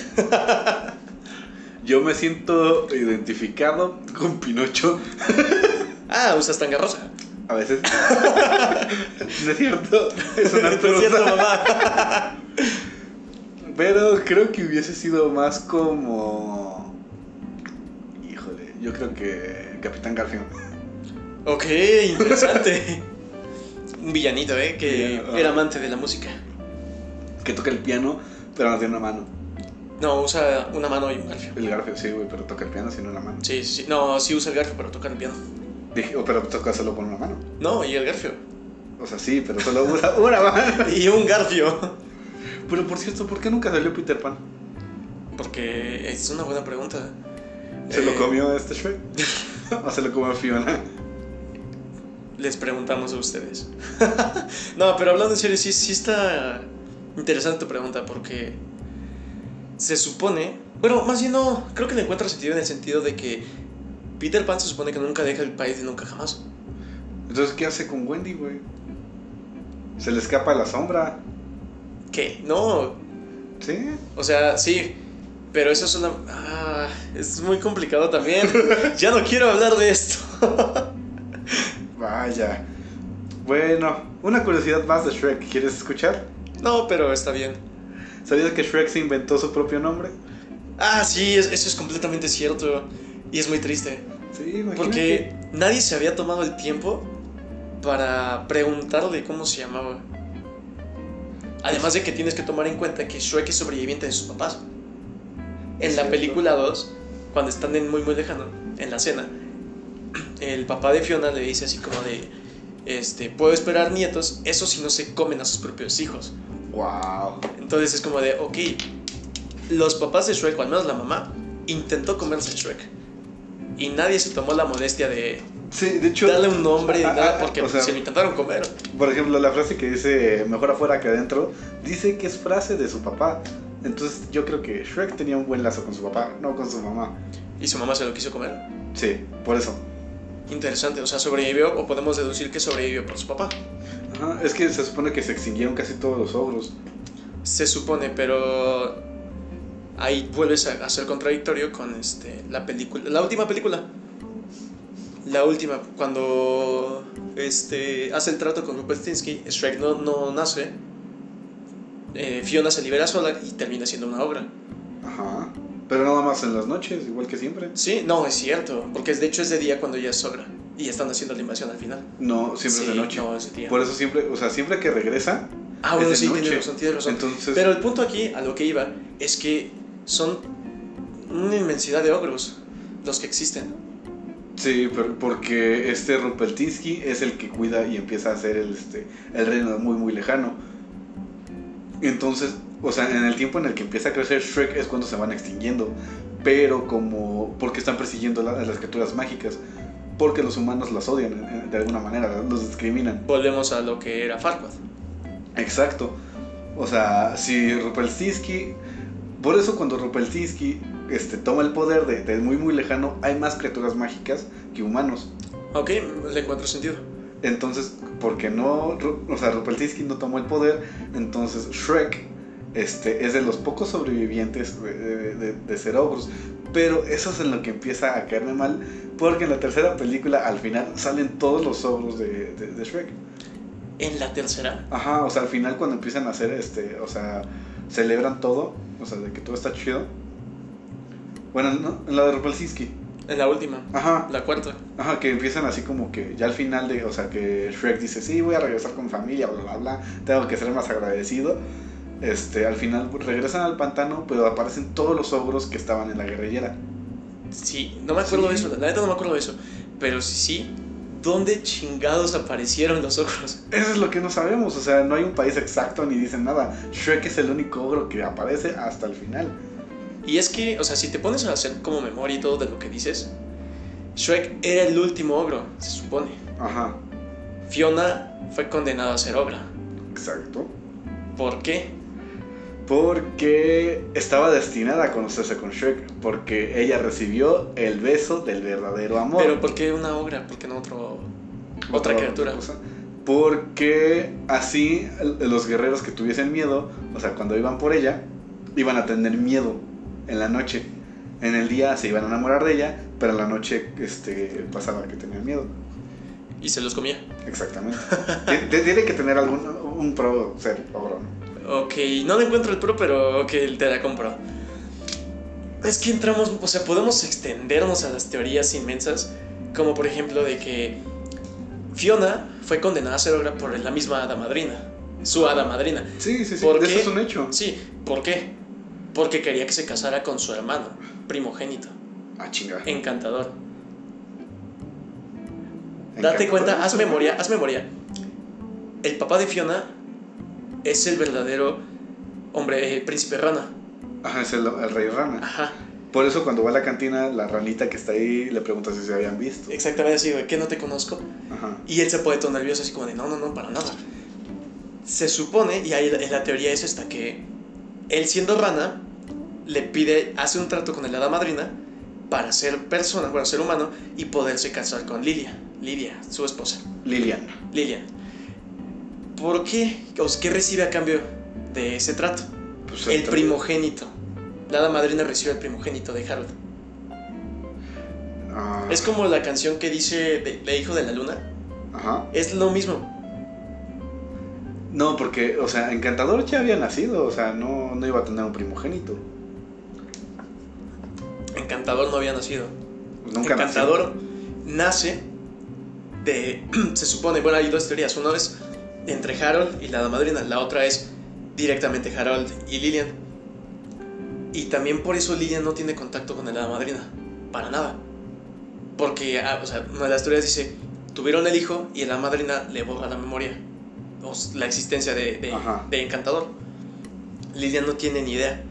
Speaker 3: Yo me siento identificado con Pinocho
Speaker 4: Ah, usas
Speaker 3: (laughs)
Speaker 4: tanga rosa.
Speaker 3: a veces. no es cierto, es una
Speaker 4: (laughs) Por cierto,
Speaker 3: truza.
Speaker 4: mamá.
Speaker 3: Pero creo que hubiese sido más como. Híjole, yo creo que Capitán Garfield.
Speaker 4: Ok, interesante. (laughs) Un villanito, ¿eh? Que
Speaker 3: Villano, ah.
Speaker 4: era amante de la música.
Speaker 3: Que toca el piano, pero no tiene una mano.
Speaker 4: No, usa una mano y un garfio.
Speaker 3: El Garfield, sí, güey, pero toca el piano sin una mano.
Speaker 4: Sí, sí, sí. No, sí usa el garfio, pero toca el piano.
Speaker 3: Dije, oh, pero toca solo con una mano.
Speaker 4: No, y el garfio. (laughs)
Speaker 3: O sea, sí, pero solo una, una mano.
Speaker 4: Y un garfio.
Speaker 3: Pero por cierto, ¿por qué nunca salió Peter Pan?
Speaker 4: Porque es una buena pregunta.
Speaker 3: ¿Se
Speaker 4: Eh,
Speaker 3: lo comió este Shrek? (laughs) ¿O se lo comió Fiona?
Speaker 4: Les preguntamos a ustedes. (laughs) no, pero hablando en serio, sí, sí está interesante tu pregunta porque se supone, bueno, más bien no, creo que le encuentro sentido en el sentido de que Peter Pan se supone que nunca deja el país de nunca jamás.
Speaker 3: Entonces, ¿qué hace con Wendy, güey? Se le escapa a la sombra.
Speaker 4: ¿Qué? No,
Speaker 3: ¿Sí?
Speaker 4: o sea, sí, pero eso es una... Ah, es muy complicado también. ya no quiero hablar de esto. (laughs)
Speaker 3: Vaya. Bueno, una curiosidad más de Shrek. ¿Quieres escuchar?
Speaker 4: no, pero está bien.
Speaker 3: ¿Sabías que Shrek se inventó su propio nombre?
Speaker 4: Ah, sí, es- eso es completamente cierto y es muy triste.
Speaker 3: Sí, imagínate.
Speaker 4: Porque nadie se había tomado el tiempo para preguntarle cómo se llamaba. Además de que tienes que tomar en cuenta que Shrek es sobreviviente de sus papás. En
Speaker 3: Es
Speaker 4: la
Speaker 3: cierto.
Speaker 4: película 2, cuando están en muy muy lejano, en la cena, el papá de Fiona le dice así como de, este, puedo esperar nietos, eso si no se comen a sus propios hijos.
Speaker 3: Wow.
Speaker 4: Entonces es como de, ok, los papás de Shrek, o al menos la mamá, intentó comerse a Shrek. Y nadie se tomó la molestia de
Speaker 3: Sí, de hecho.
Speaker 4: darle un nombre y
Speaker 3: Ah,
Speaker 4: nada
Speaker 3: ah,
Speaker 4: porque
Speaker 3: o sea,
Speaker 4: se lo intentaron comer.
Speaker 3: Por ejemplo, la frase que dice mejor afuera que adentro dice que es frase de su papá. Entonces, yo creo que Shrek tenía un buen lazo con su papá, no con su mamá.
Speaker 4: Y su mamá se lo quiso comer.
Speaker 3: Sí, por eso.
Speaker 4: Interesante, o sea, sobrevivió o podemos deducir que sobrevivió por su papá.
Speaker 3: Ajá, es que se supone que se extinguieron casi todos los ogros.
Speaker 4: Se supone, pero ahí vuelves a, a ser contradictorio con este, la película, la última película. La última, cuando este, hace el trato con Rupestinsky, Shrek no, no nace, eh, Fiona se libera sola y termina siendo una obra.
Speaker 3: Ajá. Pero nada más en las noches, igual que siempre.
Speaker 4: Sí, no, es cierto, porque es- de hecho es de día cuando ya es obra y están haciendo la invasión al final.
Speaker 3: No, siempre es
Speaker 4: Sí,
Speaker 3: de noche.
Speaker 4: no, es de día.
Speaker 3: Por eso siempre, o sea, siempre que regresa.
Speaker 4: Ah, bueno,
Speaker 3: es de
Speaker 4: sí, tienes
Speaker 3: noche.
Speaker 4: razón, tienes razón.
Speaker 3: Entonces,
Speaker 4: Pero el punto aquí, a lo que iba, es que son una inmensidad de ogros los que existen.
Speaker 3: sí, pero porque este Rumpeltinsky es el que cuida y empieza a hacer el, este, el reino muy, muy lejano. Entonces, o sea, en el tiempo en el que empieza a crecer Shrek es cuando se van extinguiendo. Pero como, porque están persiguiendo la- a las criaturas mágicas. Porque los humanos las odian eh, de alguna manera, los discriminan.
Speaker 4: Volvemos a lo que era Farquaad.
Speaker 3: Exacto. O sea, si Rupelstinsky. Por eso cuando Rupelstinsky este, toma el poder de, de muy muy lejano, hay más criaturas mágicas que humanos.
Speaker 4: Ok, le encuentro sentido.
Speaker 3: Entonces, porque no. Ru- O sea, Rupelstinsky no tomó el poder. Entonces, Shrek este, es de los pocos sobrevivientes de, de- de- de ser ogros. Pero eso es en lo que empieza a caerme mal. Porque en la tercera película, al final, salen todos los ogros de- de- de Shrek.
Speaker 4: En la tercera,
Speaker 3: Ajá, o sea, al final cuando empiezan a hacer este, o sea, celebran todo, o sea, de que todo está chido. Bueno, no, en la de Rupelsinski.
Speaker 4: en la última,
Speaker 3: Ajá,
Speaker 4: la cuarta.
Speaker 3: ajá, que empiezan así como que ya al final de, o sea, que Shrek dice, sí, voy a regresar con familia, bla, bla, bla, tengo que ser más agradecido. Este, al final regresan al pantano, pero aparecen todos los ogros que estaban en la guerrillera.
Speaker 4: Sí, no me acuerdo de eso, la neta no me acuerdo de eso. Pero sí, sí, ¿dónde chingados aparecieron los ogros?
Speaker 3: Eso es lo que no sabemos, o sea, no hay un país exacto ni dicen nada. Shrek es el único ogro que aparece hasta el final.
Speaker 4: Y es que, o sea, si te pones a hacer como memoria y todo de lo que dices, Shrek era el último ogro, se supone.
Speaker 3: Ajá,
Speaker 4: Fiona fue condenada a ser obra.
Speaker 3: exacto.
Speaker 4: ¿Por qué?
Speaker 3: Porque estaba destinada a conocerse con Shrek, porque ella recibió el beso del verdadero amor.
Speaker 4: Pero ¿por qué una obra? ¿Por qué no otro, otra criatura?
Speaker 3: cosa. Porque así el- los guerreros que tuviesen miedo, o sea, cuando iban por ella, iban a tener miedo en la noche. En el día se iban a enamorar de ella, pero en la noche este, pasaba que tenían miedo.
Speaker 4: Y se los comía.
Speaker 3: Exactamente.
Speaker 4: (laughs)
Speaker 3: Tien- tien- Tiene que tener algún un pro ser ogro, ¿no?
Speaker 4: Ok, no le encuentro el pro, pero ok, te la compro. Es que entramos, o sea, podemos extendernos a las teorías inmensas, como por ejemplo de que Fiona fue condenada a ser obra por la misma hada madrina, su hada madrina.
Speaker 3: Sí, sí, sí.
Speaker 4: ¿Por
Speaker 3: de
Speaker 4: qué?
Speaker 3: Eso es un hecho.
Speaker 4: Sí, ¿por qué? Porque quería que se casara con su hermano, primogénito,
Speaker 3: Ah, chinga.
Speaker 4: Eh, encantador. Date
Speaker 3: Encantador.
Speaker 4: cuenta, haz memoria, haz memoria. El papá de Fiona es el verdadero hombre, eh, príncipe rana.
Speaker 3: Ajá, es el, el rey rana.
Speaker 4: Ajá.
Speaker 3: Por eso cuando va a la cantina, la ranita que está ahí le pregunta si se habían visto.
Speaker 4: Exactamente así, güey, que no te conozco.
Speaker 3: Ajá.
Speaker 4: Y él se pone todo nervioso, así como de, no, no, no, para nada. Se supone, y ahí la, la teoría es esta, que él siendo rana, le pide, hace un trato con el hada madrina para ser persona, bueno, ser humano, y poderse casar con Lilia, Lidia, su esposa,
Speaker 3: Liliana.
Speaker 4: Lilian. ¿Por qué? O sea, ¿Qué recibe a cambio de ese trato?
Speaker 3: Pues,
Speaker 4: El
Speaker 3: tra-
Speaker 4: primogénito. La hada madrina recibe el primogénito de Harold.
Speaker 3: Ah,
Speaker 4: Es como la canción que dice de, de Hijo de la Luna.
Speaker 3: Ajá.
Speaker 4: Es lo mismo,
Speaker 3: No, porque, o sea, Encantador ya había nacido, o sea, no, no iba a tener un primogénito.
Speaker 4: Encantador no había nacido.
Speaker 3: Nunca nació.
Speaker 4: Encantador nace de. (clears throat) Se supone, bueno, hay dos teorías. Una es entre Harold y la hada madrina. La otra es directamente Harold y Lillian. Y también por eso Lillian no tiene contacto con el hada madrina. Para nada. Porque, ah, o sea, una de las teorías dice: tuvieron el hijo y la madrina le borra la memoria. O s- la existencia de, de-
Speaker 3: Ajá.
Speaker 4: de Encantador. Lillian no tiene ni idea.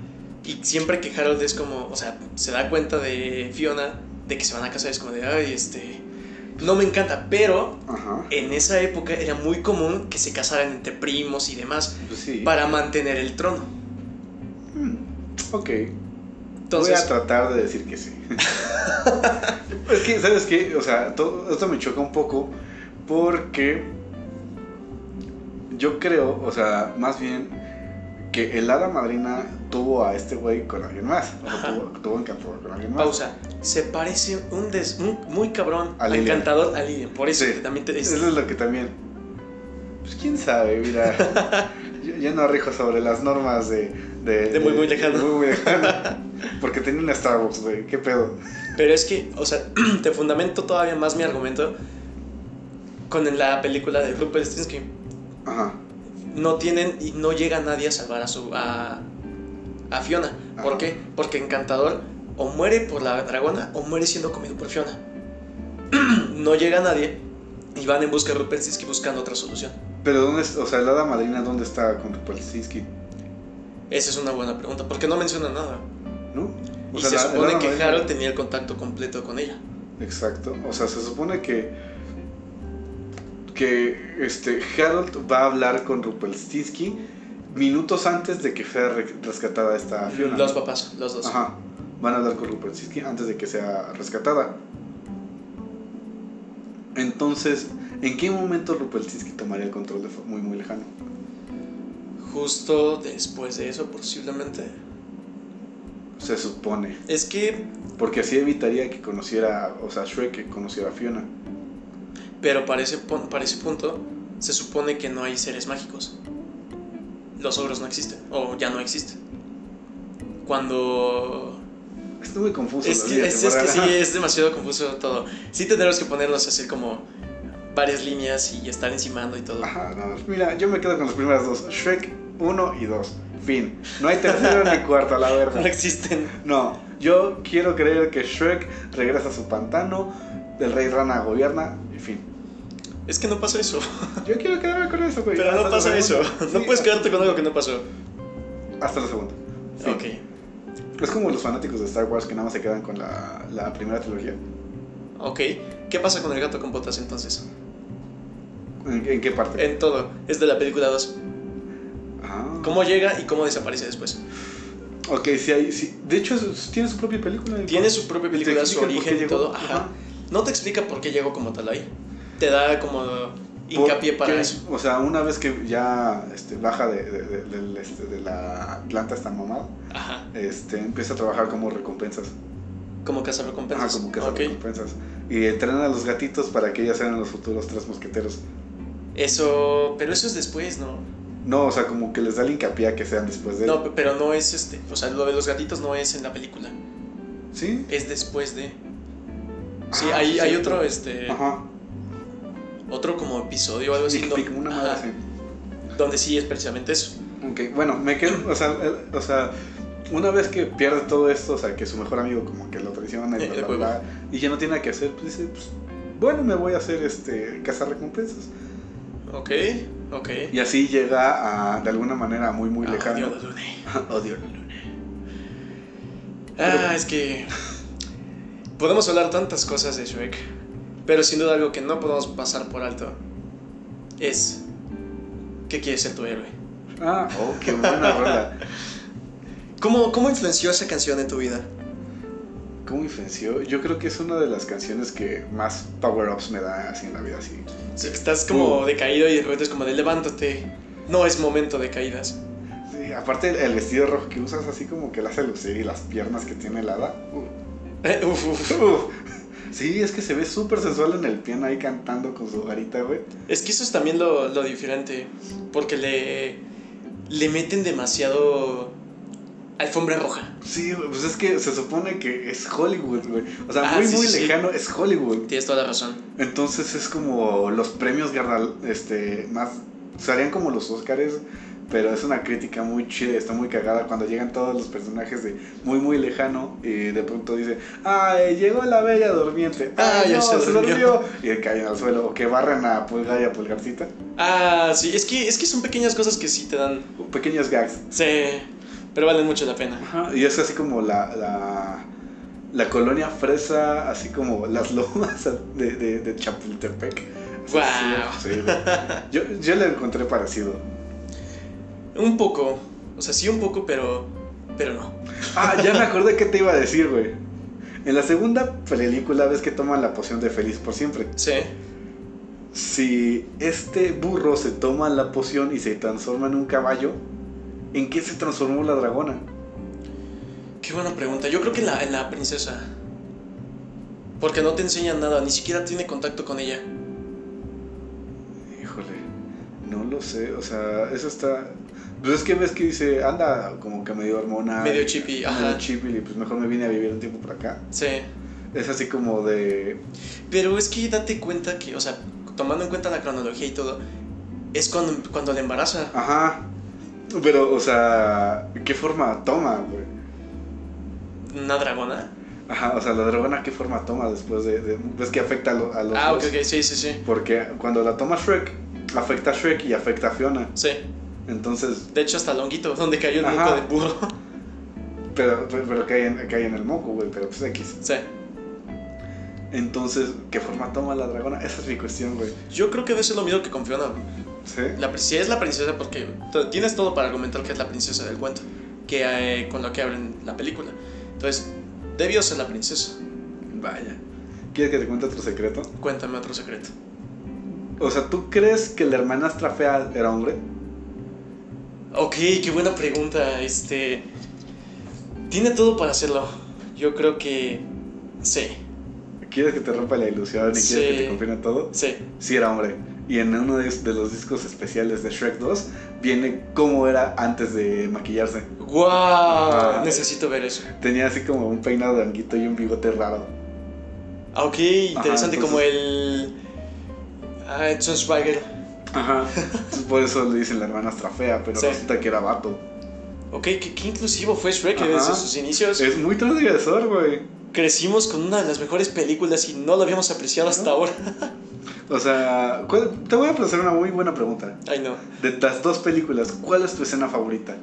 Speaker 4: Y siempre que Harold es como, o sea, se da cuenta de Fiona de que se van a casar, es como de, ay, este, no me encanta, pero
Speaker 3: Ajá.
Speaker 4: en esa época era muy común que se casaran entre primos y demás
Speaker 3: Pues sí.
Speaker 4: para mantener el trono.
Speaker 3: Hmm, Ok. Voy a
Speaker 4: Entonces,
Speaker 3: tratar de decir que sí. (laughs) es que, ¿sabes qué? O sea, todo, esto me choca un poco porque yo creo, o sea, más bien que el hada madrina tuvo a este güey con alguien más. O sea,
Speaker 4: Ajá.
Speaker 3: tuvo, tuvo encantador con alguien más.
Speaker 4: pausa, se parece un des, un- muy cabrón,
Speaker 3: A Lillian.
Speaker 4: encantador a Lillian, por eso
Speaker 3: Sí.
Speaker 4: que también te- es-
Speaker 3: Eso es lo que también. Pues quién sabe, (laughs) mira. yo, yo no rijo sobre las normas de. De,
Speaker 4: De muy, muy lejano.
Speaker 3: muy, muy lejano. Porque tenía una Starbucks, güey. ¿Qué pedo?
Speaker 4: Pero es que, o sea, (clears throat) te fundamento todavía más mi argumento con la película de Rumpelstiltskin.
Speaker 3: Ajá.
Speaker 4: no tienen y no llega nadie a salvar a su a, a Fiona. ¿Por
Speaker 3: Ajá.
Speaker 4: qué? Porque Encantador o muere por la dragona o muere siendo comido por Fiona. (clears throat) no llega nadie y van en busca de Rupensinski buscando otra solución.
Speaker 3: Pero ¿dónde es? O sea, la hada madrina, ¿dónde está con Rupelsinski?
Speaker 4: Esa es una buena pregunta, porque no menciona nada.
Speaker 3: ¿No? O
Speaker 4: y
Speaker 3: sea,
Speaker 4: se
Speaker 3: la- el
Speaker 4: supone
Speaker 3: hada
Speaker 4: que
Speaker 3: madrina-
Speaker 4: Harold tenía el contacto completo con ella.
Speaker 3: Exacto. O sea, se supone que. Que este, Harold va a hablar con Rupelsinski minutos antes de que sea re- rescatada esta Fiona.
Speaker 4: Los papás, los dos.
Speaker 3: Ah, Ajá. Van a hablar con Rupertsitsky antes de que sea rescatada. Entonces, ¿en qué momento Rupertsitsky tomaría el control de fo- muy muy lejano?
Speaker 4: Justo después de eso, posiblemente.
Speaker 3: Se supone.
Speaker 4: Es que,
Speaker 3: Porque así evitaría que conociera, o sea, Shrek que conociera a Fiona.
Speaker 4: pero para ese, pon- para ese punto, se supone que no hay seres mágicos. los ogros no existen o ya no existen. Cuando
Speaker 3: Estoy muy confuso.
Speaker 4: es
Speaker 3: la
Speaker 4: que,
Speaker 3: vida,
Speaker 4: es,
Speaker 3: te
Speaker 4: es que
Speaker 3: borra. (laughs)
Speaker 4: sí es demasiado confuso todo. Sí tendremos que ponernos a hacer como varias
Speaker 3: Ah.
Speaker 4: líneas y estar encimando y todo.
Speaker 3: Ajá, no, mira, yo me quedo con las primeras dos, Shrek 1 y 2. Fin. No hay tercero
Speaker 4: (laughs)
Speaker 3: ni cuarta, la
Speaker 4: No
Speaker 3: verdad.
Speaker 4: existen.
Speaker 3: No, yo quiero creer que Shrek regresa a su pantano, el rey rana gobierna, y fin.
Speaker 4: Es que no pasa eso.
Speaker 3: Yo quiero quedarme con eso, güey.
Speaker 4: Pero no
Speaker 3: Hasta
Speaker 4: pasa
Speaker 3: lo
Speaker 4: eso. (laughs)
Speaker 3: segundo.
Speaker 4: No
Speaker 3: Sí, ah,
Speaker 4: puedes quedarte con algo que no pasó.
Speaker 3: Hasta la segunda. Fin.
Speaker 4: Ok.
Speaker 3: Es como los fanáticos de Star Wars que nada más se quedan con la, la primera trilogía.
Speaker 4: Ok. ¿Qué pasa con el gato con botas entonces?
Speaker 3: ¿En, en qué parte?
Speaker 4: En todo. Es de la película 2.
Speaker 3: Ah.
Speaker 4: ¿Cómo llega y cómo desaparece después?
Speaker 3: Ok, sí, hay, sí. De hecho, es- tiene su propia película.
Speaker 4: Tiene su propia
Speaker 3: ¿Te
Speaker 4: película, su
Speaker 3: explica por qué
Speaker 4: origen y
Speaker 3: llegó?
Speaker 4: todo. Ajá.
Speaker 3: Ajá.
Speaker 4: No te explica por qué llegó como tal ahí. Te da como hincapié para
Speaker 3: Porque,
Speaker 4: eso.
Speaker 3: O sea, una vez que ya este, baja de, de- de- del, este, de la planta esta mamada,
Speaker 4: Ajá.
Speaker 3: este, empieza a trabajar como recompensas.
Speaker 4: Como caza
Speaker 3: Ajá,
Speaker 4: recompensas.
Speaker 3: como que
Speaker 4: Ok.
Speaker 3: recompensas. Y entrena a los gatitos para que ellas sean los futuros tres mosqueteros.
Speaker 4: Eso. Pero eso es después, ¿no?
Speaker 3: No, o sea, como que les da el hincapié a que sean después de él.
Speaker 4: No, pe- pero no es este. O sea, lo de los gatitos no es en la película.
Speaker 3: ¿Sí?
Speaker 4: Es después de. Sí,
Speaker 3: Ah,
Speaker 4: hay, hay
Speaker 3: cierto.
Speaker 4: otro, este.
Speaker 3: Ajá.
Speaker 4: Otro como episodio o algo así.
Speaker 3: Sneak
Speaker 4: do-
Speaker 3: peek, una madre
Speaker 4: ajá,
Speaker 3: así.
Speaker 4: Donde sí es precisamente eso.
Speaker 3: Ok, bueno, me quedo, o sea, el- o sea, una vez que pierde todo esto, o sea, que su mejor amigo como que lo traiciona y,
Speaker 4: Eh,
Speaker 3: bla,
Speaker 4: el
Speaker 3: bla,
Speaker 4: juego.
Speaker 3: bla, y ya no tiene nada que hacer, pues dice, pues, bueno, me voy a hacer este cazar recompensas.
Speaker 4: Ok, ok.
Speaker 3: Y así llega a, de alguna manera muy, muy
Speaker 4: Ah,
Speaker 3: lejana.
Speaker 4: Dios, Lune.
Speaker 3: Odio.
Speaker 4: Ah, es que. Podemos hablar tantas cosas de Shrek. Pero sin duda algo que no podemos pasar por alto es. ¿Qué quiere ser tu héroe?
Speaker 3: Ah, oh, qué buena rola.
Speaker 4: ¿Cómo, ¿Cómo influenció esa canción en tu vida?
Speaker 3: ¿Cómo influenció? Yo creo que es una de las canciones que más power-ups me da así en la vida, así.
Speaker 4: Sí, que estás como decaído y de repente es como de levántate. No es momento de caídas. (laughs)
Speaker 3: Sí, aparte el, el vestido rojo que usas, así como que la hace lucir y las piernas que tiene el hada. uh.
Speaker 4: Eh, uf, uf.
Speaker 3: Uf. Sí, es que se ve súper sensual en el piano ahí cantando con su varita, güey.
Speaker 4: Es que eso es también lo, lo diferente. Porque le. Le meten demasiado. Alfombra roja.
Speaker 3: Sí, güey, pues es que se supone que es Hollywood, güey. O sea,
Speaker 4: Ah,
Speaker 3: muy,
Speaker 4: sí,
Speaker 3: muy
Speaker 4: sí, sí.
Speaker 3: lejano es Hollywood.
Speaker 4: Tienes toda la razón.
Speaker 3: Entonces es como los premios garral, este, más, serían como los Oscars, pero es una crítica muy chida, está muy cagada cuando llegan todos los personajes de muy, muy lejano y de pronto dice, ay, llegó la bella durmiente,
Speaker 4: Ah,
Speaker 3: ay,
Speaker 4: ya
Speaker 3: no,
Speaker 4: se
Speaker 3: se,
Speaker 4: durmió".
Speaker 3: durmió, y caen al suelo, o que barran a Pulga y a Pulgarcita,
Speaker 4: Ah, sí, es que, es que son pequeñas cosas que sí te dan
Speaker 3: pequeños gags.
Speaker 4: Sí, pero valen mucho la pena.
Speaker 3: Ajá, y es así como la, la, la colonia fresa, así como las (laughs) lomas de, de, de Chapultepec.
Speaker 4: Wow.
Speaker 3: Sí, sí, güey. yo, yo le encontré parecido.
Speaker 4: Un poco, o sea, sí un poco, pero pero no.
Speaker 3: Ah, ya me acordé que te iba a decir, güey. En la segunda película ves que toman la poción de feliz por siempre.
Speaker 4: Sí.
Speaker 3: Si este burro se toma la poción y se transforma en un caballo, ¿en qué se transformó la dragona?
Speaker 4: Qué buena pregunta. Yo creo que en la, en la princesa. Porque no te enseñan nada, ni siquiera tiene contacto con ella.
Speaker 3: Híjole, no lo sé, o sea, eso está... Pues es que ves que dice, anda como que medio hormona.
Speaker 4: Medio chippy,
Speaker 3: Medio
Speaker 4: ajá.
Speaker 3: chippy, y pues mejor me vine a vivir un tiempo por acá.
Speaker 4: Sí.
Speaker 3: Es así como de...
Speaker 4: Pero es que date cuenta que, o sea, tomando en cuenta la cronología y todo, es cuando, cuando la embaraza.
Speaker 3: Ajá. Pero, o sea, ¿qué forma toma, güey?
Speaker 4: Una dragona.
Speaker 3: Ajá, o sea, la dragona, ¿qué forma toma después de...? de- ves que afecta a, lo- a los...
Speaker 4: Ah, ok,
Speaker 3: dos?
Speaker 4: ok, sí, sí, sí.
Speaker 3: Porque cuando la toma Shrek, afecta a Shrek y afecta a Fiona.
Speaker 4: Sí.
Speaker 3: Entonces,
Speaker 4: De hecho, hasta Longuito, donde cayó el
Speaker 3: Ajá.
Speaker 4: moco de burro. (laughs)
Speaker 3: pero, pero, pero cae, en, cae en el moco, güey, pero pues X.
Speaker 4: Sí.
Speaker 3: Entonces, ¿qué forma toma la dragona? Esa es mi cuestión, güey.
Speaker 4: Yo creo que debe ser lo mismo que con Fiona.
Speaker 3: ¿Sí?
Speaker 4: La, pri- si es la princesa, porque t- tienes todo para argumentar que es la princesa del cuento, que eh, con lo que abren la película. Entonces, debió ser la princesa.
Speaker 3: Vaya. ¿Quieres que te cuente otro secreto?
Speaker 4: Cuéntame otro secreto.
Speaker 3: O sea, ¿tú crees que la hermanastra fea era hombre?
Speaker 4: Ok, qué buena pregunta. Este. Tiene todo para hacerlo. Yo creo que. Sí,
Speaker 3: ¿Quieres que te rompa la ilusión y quieres
Speaker 4: Sí.
Speaker 3: que te confirme todo?
Speaker 4: sí.
Speaker 3: Sí, era hombre. Y en uno de, de los discos especiales de Shrek 2 viene cómo era antes de maquillarse.
Speaker 4: ¡Wow!
Speaker 3: Ajá.
Speaker 4: Necesito ver eso.
Speaker 3: Tenía así como un peinado de anguito y un bigote raro.
Speaker 4: Ah, Ok, interesante
Speaker 3: entonces-
Speaker 4: como el. Ah, Edson Schweiger.
Speaker 3: Ajá. Por eso le dicen la hermanastra fea, pero
Speaker 4: Sí.
Speaker 3: resulta que era vato.
Speaker 4: Ok, qué, qué inclusivo fue Shrek
Speaker 3: Ajá.
Speaker 4: desde sus inicios.
Speaker 3: Es muy transgresor, güey.
Speaker 4: Crecimos con una de las mejores películas y no la habíamos apreciado hasta ahora.
Speaker 3: O sea, ¿cuál- te voy a hacer una muy buena pregunta.
Speaker 4: Ay, no.
Speaker 3: De las dos películas, ¿cuál es tu escena favorita?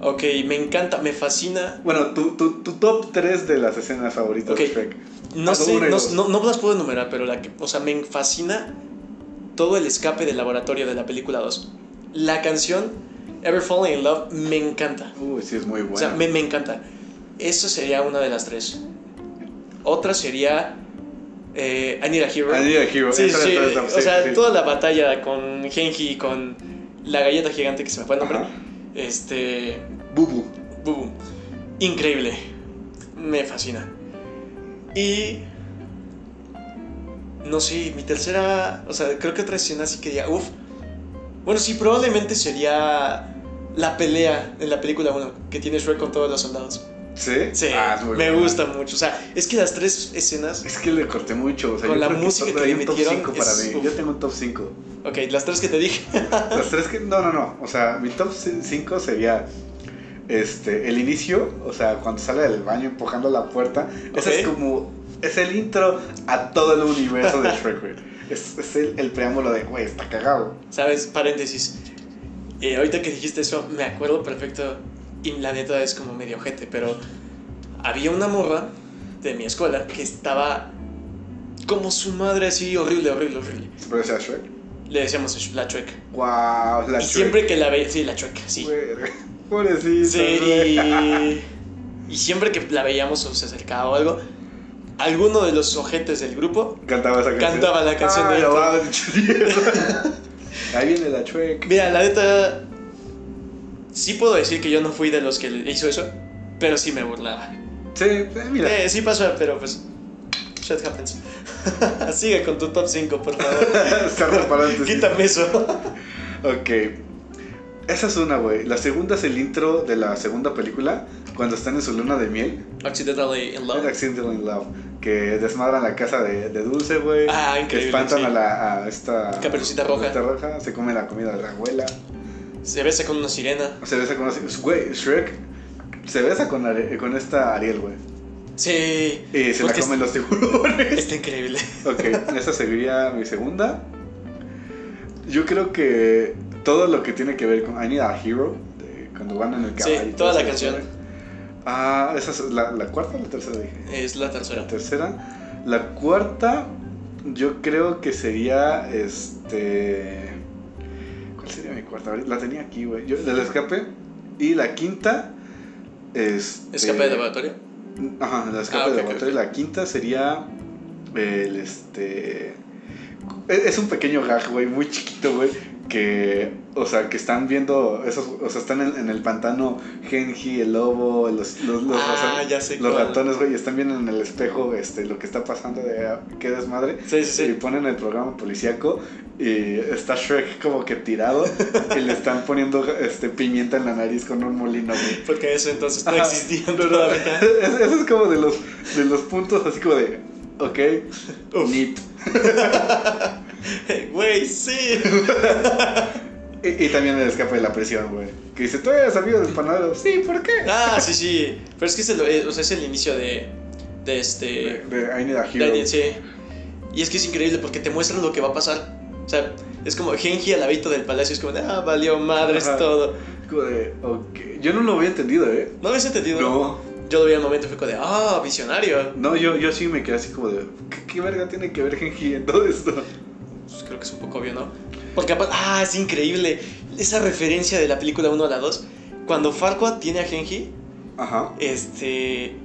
Speaker 4: Ok, me encanta, me fascina.
Speaker 3: Bueno, tu, tu, tu top 3 de las escenas favoritas
Speaker 4: Ok.
Speaker 3: de Shrek.
Speaker 4: No
Speaker 3: Ah,
Speaker 4: sé,
Speaker 3: una y
Speaker 4: no,
Speaker 3: dos.
Speaker 4: no- no las puedo enumerar, pero la que, o sea, me fascina todo el escape del laboratorio de la película 2. La canción Ever Falling in Love me encanta.
Speaker 3: Uy, sí, es muy buena.
Speaker 4: O sea, me, me encanta. Eso sería una de las tres. Otra sería eh, I Need a Hero.
Speaker 3: I Need a Hero,
Speaker 4: Sí,
Speaker 3: esa
Speaker 4: sí,
Speaker 3: era la-
Speaker 4: o sea,
Speaker 3: sí, sí.
Speaker 4: toda la batalla con Genji y con la galleta gigante que se me fue el nombre.
Speaker 3: Ajá.
Speaker 4: Este.
Speaker 3: Bubu.
Speaker 4: Bubu. Increíble. Me fascina. Y. No sé, mi tercera. O sea, creo que otra escena sí que diga. Uf. Bueno, sí, probablemente sería. La pelea en la película 1 que tiene Shrek con todos los soldados.
Speaker 3: ¿Sí?
Speaker 4: Sí,
Speaker 3: Ah, es muy
Speaker 4: me
Speaker 3: buena.
Speaker 4: gusta mucho. O sea, es que las tres escenas.
Speaker 3: Es que le corté mucho. O sea,
Speaker 4: Con
Speaker 3: yo
Speaker 4: la
Speaker 3: creo
Speaker 4: música
Speaker 3: to-
Speaker 4: que
Speaker 3: hay
Speaker 4: le
Speaker 3: un top
Speaker 4: metieron
Speaker 3: 5 para
Speaker 4: es-
Speaker 3: mí.
Speaker 4: uf.
Speaker 3: Yo tengo un top 5.
Speaker 4: Ok, las tres que te dije.
Speaker 3: Las tres que. No, no, no. O sea, mi top 5 sería. Este, el inicio, o sea, cuando sale del baño empujando la puerta, ese es
Speaker 4: Ok.
Speaker 3: como. Es el intro a todo el universo de Shrek, güey. Es, es el, el preámbulo de, güey, está cagado.
Speaker 4: ¿Sabes? Paréntesis. Eh, ahorita que dijiste eso, me acuerdo perfecto. Y la neta es como medio ojete, pero había una morra de mi escuela que estaba como su madre, así horrible, horrible, horrible.
Speaker 3: Pero decía Shrek.
Speaker 4: Le decíamos la chueca.
Speaker 3: ¡Wow! La Shrek.
Speaker 4: y siempre que la veía, sí, la chueca, sí.
Speaker 3: Güey, (laughs) Pobrecito.
Speaker 4: Sí,
Speaker 3: güey.
Speaker 4: y, (laughs) y siempre que la veíamos o se acercaba o algo, alguno de los ojetes del grupo.
Speaker 3: Cantaba esa canción.
Speaker 4: Cantaba la canción
Speaker 3: Ah,
Speaker 4: de
Speaker 3: lo
Speaker 4: intro.
Speaker 3: mames, chulito.
Speaker 4: (laughs)
Speaker 3: Ahí viene la Shrek.
Speaker 4: Mira, la neta, sí puedo decir que yo no fui de los que le hizo eso, pero sí me burlaba.
Speaker 3: Sí, eh, mira.
Speaker 4: Eh, sí pasó, pero pues. Shit happens. (laughs) Sigue con tu top 5, por favor.
Speaker 3: (laughs) Cerra paréntesis.
Speaker 4: Quítame eso.
Speaker 3: Ok. Esa es una, güey. La segunda es el intro de la segunda película, cuando están en su luna de miel.
Speaker 4: Accidentally in
Speaker 3: En
Speaker 4: love.
Speaker 3: Accidental in Love. Que desmadran la casa de, de Dulce, güey.
Speaker 4: Ah,
Speaker 3: que
Speaker 4: increíble.
Speaker 3: espantan
Speaker 4: sí.
Speaker 3: a, la, a esta.
Speaker 4: Caperucita Roja.
Speaker 3: Caperucita roja. Se come la comida de la abuela.
Speaker 4: Se besa con una sirena.
Speaker 3: Se besa con. las- Güey, Shrek se besa con, Are- con esta Ariel, güey.
Speaker 4: Sí.
Speaker 3: Y se
Speaker 4: Porque
Speaker 3: la comen los
Speaker 4: (laughs)
Speaker 3: tiburones.
Speaker 4: Está increíble.
Speaker 3: Ok, esa sería mi segunda. Yo creo que todo lo que tiene que ver con I Need a Hero, de cuando van en el
Speaker 4: Sí,
Speaker 3: caballo. y
Speaker 4: toda
Speaker 3: todo
Speaker 4: la
Speaker 3: eso,
Speaker 4: canción.
Speaker 3: Ah, esa es la, la cuarta o la tercera dije.
Speaker 4: Es la tercera.
Speaker 3: La tercera. La cuarta, yo creo que sería este. ¿Cuál sería mi cuarta? Ahorita La tenía aquí, güey. Yo, del escape. Y la quinta. Este,
Speaker 4: Escape de laboratorio.
Speaker 3: Ajá, la escapa
Speaker 4: Ah, ok,
Speaker 3: de
Speaker 4: ok,
Speaker 3: laboratorio. La quinta sería el este. Es es un pequeño gag, güey, muy chiquito, güey. Que, o sea, que están viendo esos, o sea, están en, en el pantano Genji, el lobo, los, los, los,
Speaker 4: Ah, ya sé
Speaker 3: los
Speaker 4: cuál.
Speaker 3: ratones, güey, y están viendo en el espejo este, lo que está pasando de ah, qué desmadre.
Speaker 4: Sí, sí,
Speaker 3: Y
Speaker 4: sí.
Speaker 3: ponen el programa policíaco y está Shrek como que tirado y le están poniendo este, pimienta en la nariz con un molino, güey.
Speaker 4: Porque eso entonces no
Speaker 3: Ajá.
Speaker 4: existía
Speaker 3: No, no,
Speaker 4: todavía. (laughs)
Speaker 3: es- Eso es como de los, de los puntos así como de, ok,
Speaker 4: Uf.
Speaker 3: nip.
Speaker 4: Güey, sí.
Speaker 3: Y, y también el escape de la presión, güey. Que dice, tú eres amigo del panadero. Sí, ¿por qué?
Speaker 4: Ah, sí, sí. Pero es que es el, eh, o sea, es el inicio de. De
Speaker 3: De,
Speaker 4: este.
Speaker 3: de I Need a Hero.
Speaker 4: Daniel, sí. Y es que es increíble porque te muestran lo que va a pasar. O sea, es como Genji al ladito del palacio, es como, de, ah, valió madres
Speaker 3: Ajá.
Speaker 4: todo.
Speaker 3: Como de, ok. Yo no lo había entendido, ¿eh?
Speaker 4: ¿No habías entendido?
Speaker 3: No,
Speaker 4: Yo lo vi al momento y fue como de, ah, visionario.
Speaker 3: no, yo, yo sí me quedé así como de, ¿qué, qué verga tiene que ver Genji en todo esto?
Speaker 4: Pues creo que es un poco obvio, ¿no? Porque aparte, ah, es increíble. Esa referencia de la película 1 a la 2, cuando Farquaad tiene a Genji,
Speaker 3: Ajá.
Speaker 4: este.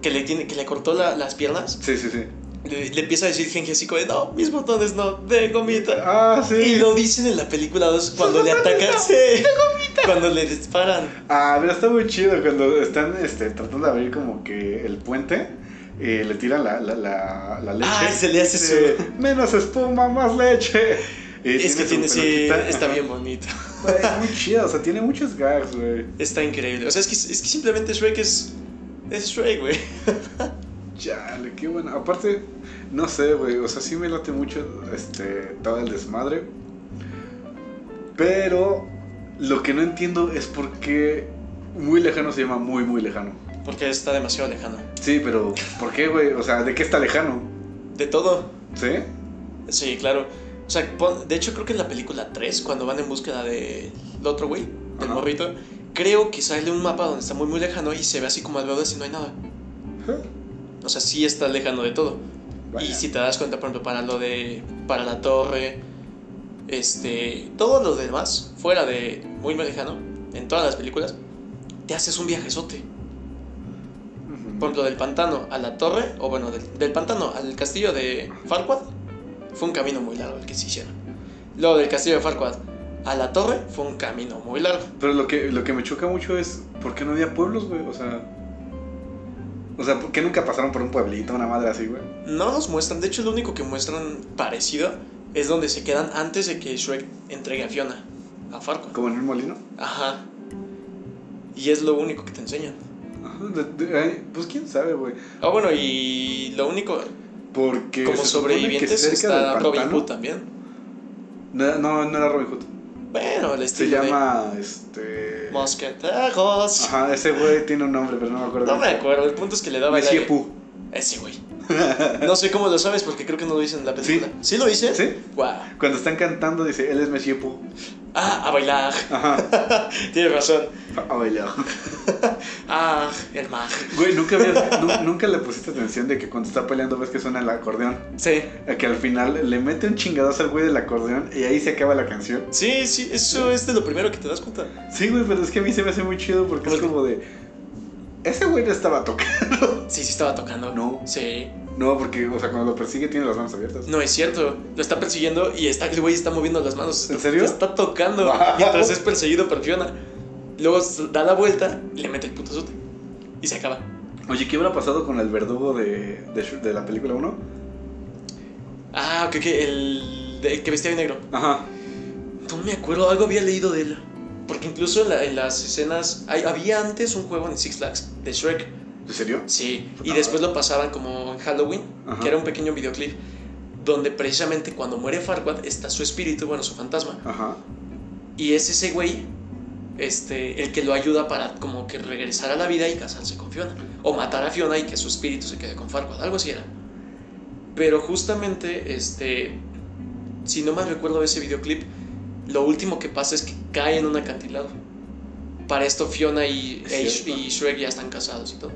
Speaker 4: Que le, tiene, que le cortó la- las piernas,
Speaker 3: Sí, sí, sí.
Speaker 4: le, le empieza a decir Genji así como de, no, mis botones no, de gomita.
Speaker 3: Ah, sí.
Speaker 4: Y lo dicen en la película 2 cuando le atacan. sí, cuando le disparan.
Speaker 3: Ah, pero está muy chido cuando están este, tratando de abrir como que el puente. eh, le tiran la, la, la, la leche.
Speaker 4: Ah, se le hace
Speaker 3: Dice, Menos espuma, más leche. Y
Speaker 4: es que
Speaker 3: su
Speaker 4: tiene, sí,
Speaker 3: peluquita.
Speaker 4: está bien bonito.
Speaker 3: (laughs) Güey, es muy chido, o sea, tiene muchos gags, güey.
Speaker 4: Está increíble. O sea, es que, es que simplemente Shrek es. Es Shrek, güey.
Speaker 3: Chale, qué bueno. Aparte, no sé, güey, o sea, sí me late mucho este, todo el desmadre. Pero lo que no entiendo es por qué Muy lejano se llama muy, muy lejano.
Speaker 4: Porque está demasiado lejano.
Speaker 3: Sí, pero ¿por qué, güey? O sea, ¿de qué está lejano?
Speaker 4: De todo.
Speaker 3: ¿Sí?
Speaker 4: Sí, claro. O sea, pon- de hecho creo que en la película 3, cuando van en búsqueda del otro güey, del
Speaker 3: Ajá.
Speaker 4: morrito, creo que sale un mapa donde está muy muy lejano y se ve así como alrededor y no hay nada. O sea, sí está lejano de todo.
Speaker 3: Vaya.
Speaker 4: Y si te das cuenta, por ejemplo, para lo de. para la torre. Este. Todo lo demás, fuera de muy muy lejano, en todas las películas, te haces un viajezote.
Speaker 3: Ujú.
Speaker 4: Por ejemplo, del pantano a la torre, o bueno, del, del pantano al castillo de Farquad, fue un camino muy largo el que se hicieron. Luego del castillo de Farquad a la torre fue un camino muy largo.
Speaker 3: Pero lo que, lo que me choca mucho es por qué no había pueblos, güey. O sea, o sea, ¿por qué nunca pasaron por un pueblito, una madre así, güey?
Speaker 4: No nos muestran, de hecho, lo único que muestran parecido es donde se quedan antes de que Shrek entregue a Fiona a Farquad.
Speaker 3: Como en un molino.
Speaker 4: Ajá. Y es lo único que te enseñan.
Speaker 3: Ajá, de- de- ay, pues quién sabe, güey.
Speaker 4: Ah, bueno, y lo único,
Speaker 3: Porque
Speaker 4: como
Speaker 3: se supone que
Speaker 4: sobrevivientes
Speaker 3: cerca
Speaker 4: está
Speaker 3: del
Speaker 4: Robin
Speaker 3: pantano-
Speaker 4: Hood también.
Speaker 3: No, no, no era Robin Hood.
Speaker 4: Bueno, el
Speaker 3: Se
Speaker 4: estilo
Speaker 3: llama,
Speaker 4: de
Speaker 3: este...
Speaker 4: Mosqueteros.
Speaker 3: Ajá, ese güey tiene un nombre, pero no me acuerdo.
Speaker 4: No me acuerdo, el punto es que le daba el
Speaker 3: Monsieur
Speaker 4: aire.
Speaker 3: Pooh.
Speaker 4: Ese güey. No sé cómo lo sabes porque creo que no lo dicen en la película. ¿Sí, lo dice?
Speaker 3: ¿Sí?
Speaker 4: Wow.
Speaker 3: Cuando están cantando dice, él es Monsieur Pooh.
Speaker 4: Ah, a bailar.
Speaker 3: Ajá,
Speaker 4: (laughs) Tienes razón.
Speaker 3: a bailar.
Speaker 4: Ah, el mag.
Speaker 3: (laughs) Güey, ¿nunca, habías- nu- nunca le pusiste atención de que cuando está peleando ves que suena el acordeón.
Speaker 4: Sí.
Speaker 3: A que al final le mete un chingadazo al güey del acordeón y ahí se acaba la canción.
Speaker 4: Sí, sí, eso es de lo primero que te das cuenta.
Speaker 3: Sí, güey, pero es que a mí se me hace muy chido porque es
Speaker 4: Porque-
Speaker 3: como de. Ese güey no estaba tocando.
Speaker 4: Sí, sí estaba tocando.
Speaker 3: No.
Speaker 4: Sí.
Speaker 3: No, porque, o sea, cuando lo persigue tiene las manos abiertas.
Speaker 4: No es cierto. Lo está persiguiendo y está, el güey está moviendo las manos.
Speaker 3: ¿En serio? (laughs)
Speaker 4: Está tocando mientras es perseguido por Fiona. Luego s- da la vuelta y le mete el putazote. Y se acaba.
Speaker 3: Oye, ¿qué hubiera pasado con el verdugo de, de, Shr- de la película 1?
Speaker 4: Ah, ok, ok. El, de- el que vestía de negro.
Speaker 3: Ajá.
Speaker 4: No me acuerdo, algo había leído de él. Porque incluso en, la- en las escenas. hay- había antes un juego en Six Flags de Shrek.
Speaker 3: ¿En serio?
Speaker 4: Sí. Y
Speaker 3: Ah.
Speaker 4: después lo pasaban como en Halloween,
Speaker 3: Ajá.
Speaker 4: que era un pequeño videoclip. Donde precisamente cuando muere Farquaad está su espíritu, bueno, su fantasma.
Speaker 3: Ajá.
Speaker 4: Y es ese güey este, el que lo ayuda para como que regresar a la vida y casarse con Fiona. O matar a Fiona y que su espíritu se quede con Farquaad, algo así era. Pero justamente, este, si no mal recuerdo de ese videoclip, lo último que pasa es que cae en un acantilado. Para esto Fiona y,
Speaker 3: Es
Speaker 4: e-
Speaker 3: cierto.
Speaker 4: y Shrek ya están casados y todo.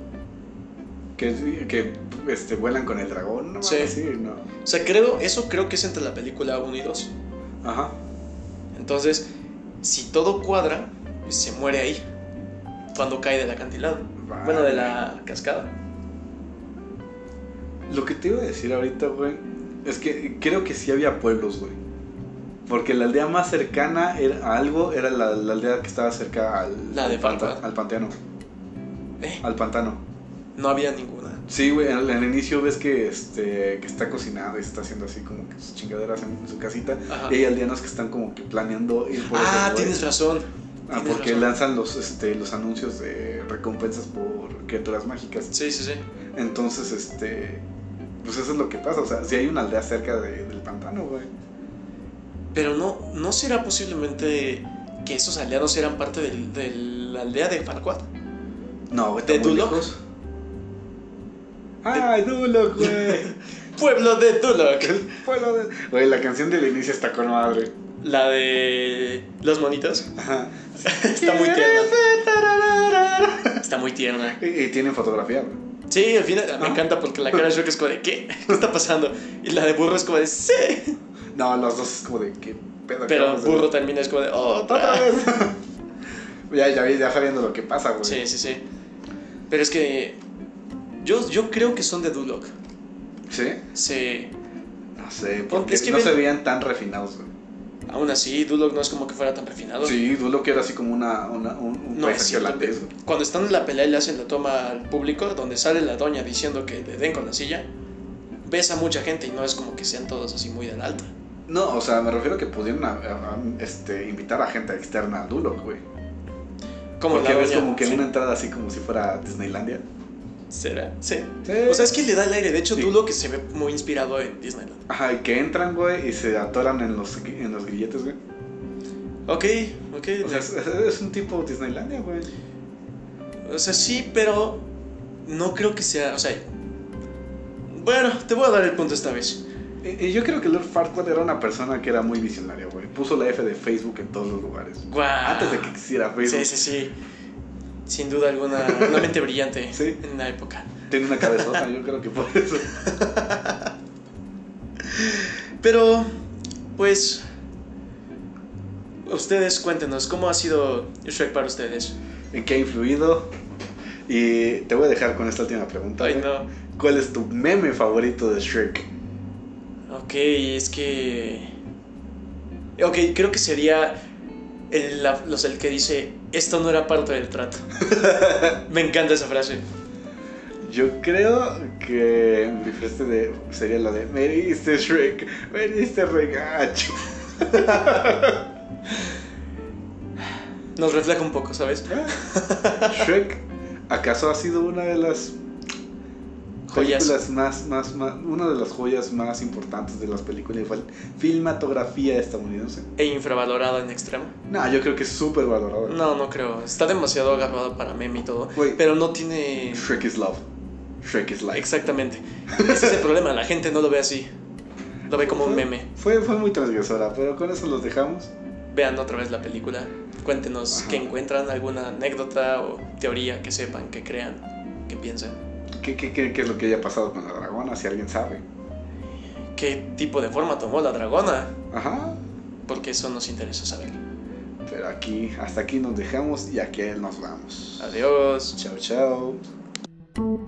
Speaker 3: Que, que este, vuelan con el dragón, ¿no?
Speaker 4: Sí.
Speaker 3: Sí, no.
Speaker 4: O sea, creo, eso creo que es entre la película 1 y 2.
Speaker 3: Ajá.
Speaker 4: Entonces, si todo cuadra, se muere ahí. Cuando cae del acantilado.
Speaker 3: Vale.
Speaker 4: Bueno, de la cascada.
Speaker 3: Lo que te iba a decir ahorita, güey, es que creo que sí había pueblos, güey. Porque la aldea más cercana era- a algo era la, la aldea que estaba cerca al,
Speaker 4: La de
Speaker 3: panta-
Speaker 4: Farquaad.
Speaker 3: al panteano.
Speaker 4: Eh,
Speaker 3: Al pantano.
Speaker 4: no había ninguna.
Speaker 3: Sí, güey, al, al inicio ves que, este, que está cocinando y está haciendo así como que sus chingaderas en su casita.
Speaker 4: Ajá.
Speaker 3: Y hay aldeanos que están como que planeando ir por
Speaker 4: Eh, Ah,
Speaker 3: esos
Speaker 4: tienes
Speaker 3: lugares.
Speaker 4: razón.
Speaker 3: Ah,
Speaker 4: tienes
Speaker 3: porque
Speaker 4: razón.
Speaker 3: lanzan los, este, los anuncios de recompensas por criaturas mágicas.
Speaker 4: Sí, sí, sí.
Speaker 3: Entonces, este. Pues eso es lo que pasa. O sea, si hay una aldea cerca de- del pantano, güey.
Speaker 4: Pero no, ¿no será posiblemente que esos aliados eran parte del- de la aldea de Farquaad?
Speaker 3: No, güey,
Speaker 4: ¿De
Speaker 3: está muy
Speaker 4: Duloc?
Speaker 3: lejos. Ay, Duloc, güey.
Speaker 4: (laughs) Pueblo de Tulok.
Speaker 3: El pueblo de. Güey, la canción del inicio está con madre.
Speaker 4: La de los monitos.
Speaker 3: Ajá.
Speaker 4: Está muy tierna. Está muy tierna.
Speaker 3: Y, y tienen fotografía, güey.
Speaker 4: Sí, al final me encanta porque la cara de Shrek es como de ¿qué? (laughs) ¿Qué está pasando? Y la de burro es como de sí.
Speaker 3: No, los dos es como de qué pedo.
Speaker 4: Pero
Speaker 3: acabamos de
Speaker 4: burro
Speaker 3: ver? Ah.
Speaker 4: también es como de oh,
Speaker 3: Otra vez. (laughs) ya, ya, ya sabiendo lo que pasa, güey.
Speaker 4: Sí, sí, sí. Pero es que yo, yo creo que son de Duloc.
Speaker 3: ¿Sí?
Speaker 4: Sí.
Speaker 3: No sé, porque
Speaker 4: es que
Speaker 3: no
Speaker 4: ven-
Speaker 3: se veían tan refinados, güey.
Speaker 4: Aún así, Duloc no es como que fuera tan refinado.
Speaker 3: Sí, Duloc era así como una, una, un, un
Speaker 4: No es
Speaker 3: paisaje
Speaker 4: cierto.
Speaker 3: holandés, güey.
Speaker 4: Cuando están en la pelea y le hacen la toma al público, donde sale la doña diciendo que le den con la silla, ves a mucha gente y no es como que sean todos así muy del alta.
Speaker 3: No, o sea, me refiero a que pudieron a- a- a- este, invitar a gente externa a Duloc, güey.
Speaker 4: Como
Speaker 3: Porque
Speaker 4: la
Speaker 3: ves
Speaker 4: doña.
Speaker 3: como que
Speaker 4: sí.
Speaker 3: una entrada así como si fuera Disneylandia.
Speaker 4: ¿Será? Sí.
Speaker 3: Sí.
Speaker 4: O sea, es que le da el aire. De hecho,
Speaker 3: Sí.
Speaker 4: Duloc se ve muy inspirado en Disneyland.
Speaker 3: Ajá, y que entran, güey, y se atoran en los, en los grilletes, güey.
Speaker 4: Ok, ok.
Speaker 3: O sea, es, es un tipo Disneylandia, güey.
Speaker 4: O sea, sí, pero no creo que sea. O sea, bueno, te voy a dar el punto esta vez.
Speaker 3: Y, y yo creo que Lord Farquaad era una persona que era muy visionaria, güey. Puso la F de Facebook en todos los lugares.
Speaker 4: Guau.
Speaker 3: Antes de que existiera
Speaker 4: Sí,
Speaker 3: Facebook,
Speaker 4: sí, sí. Sin duda alguna, una
Speaker 3: (laughs)
Speaker 4: mente brillante
Speaker 3: Sí.
Speaker 4: en la época.
Speaker 3: tiene una cabezota, yo creo que por eso.
Speaker 4: Pero, pues, ustedes cuéntenos, ¿cómo ha sido Shrek para ustedes?
Speaker 3: ¿En qué ha influido? Y te voy a dejar con esta última pregunta.
Speaker 4: Ay,
Speaker 3: güey.
Speaker 4: no.
Speaker 3: ¿Cuál es tu meme favorito de Shrek?
Speaker 4: Ok, es que... Ok, creo que sería el, la- los- el que dice, esto no era parte del
Speaker 3: (laughs)
Speaker 4: trato. Me encanta esa frase.
Speaker 3: Yo creo que mi frase de, sería la de Me diste Shrek, me diste
Speaker 4: (laughs)
Speaker 3: regacho.
Speaker 4: Nos refleja un poco, ¿sabes?
Speaker 3: Shrek, ¿acaso ha sido una de las
Speaker 4: Joyas.
Speaker 3: películas más, más, más, una de las joyas más importantes de las películas de fil- filmatografía estadounidense?
Speaker 4: E infravalorado en extremo.
Speaker 3: No, yo creo que es súper valorado.
Speaker 4: No, no creo. Está demasiado agarrado para meme y todo.
Speaker 3: Güey.
Speaker 4: Pero no tiene...
Speaker 3: Shrek is love. Shrek is life.
Speaker 4: Exactamente. Ese es el problema, la gente no lo ve así. Lo ve como un
Speaker 3: Fue-
Speaker 4: meme.
Speaker 3: Fue, fue muy transgresora, pero con eso los dejamos.
Speaker 4: Vean otra vez la película. Cuéntenos
Speaker 3: Ajá.
Speaker 4: qué encuentran, alguna anécdota o teoría que sepan, que crean, que piensen.
Speaker 3: ¿Qué, qué, qué, qué es lo que haya pasado con la dragona? Si alguien sabe.
Speaker 4: ¿Qué tipo de forma tomó la dragona?
Speaker 3: Ajá.
Speaker 4: Porque eso nos interesa saber.
Speaker 3: Pero aquí, hasta aquí nos dejamos y aquí nos vamos.
Speaker 4: Adiós.
Speaker 3: Chao, chao.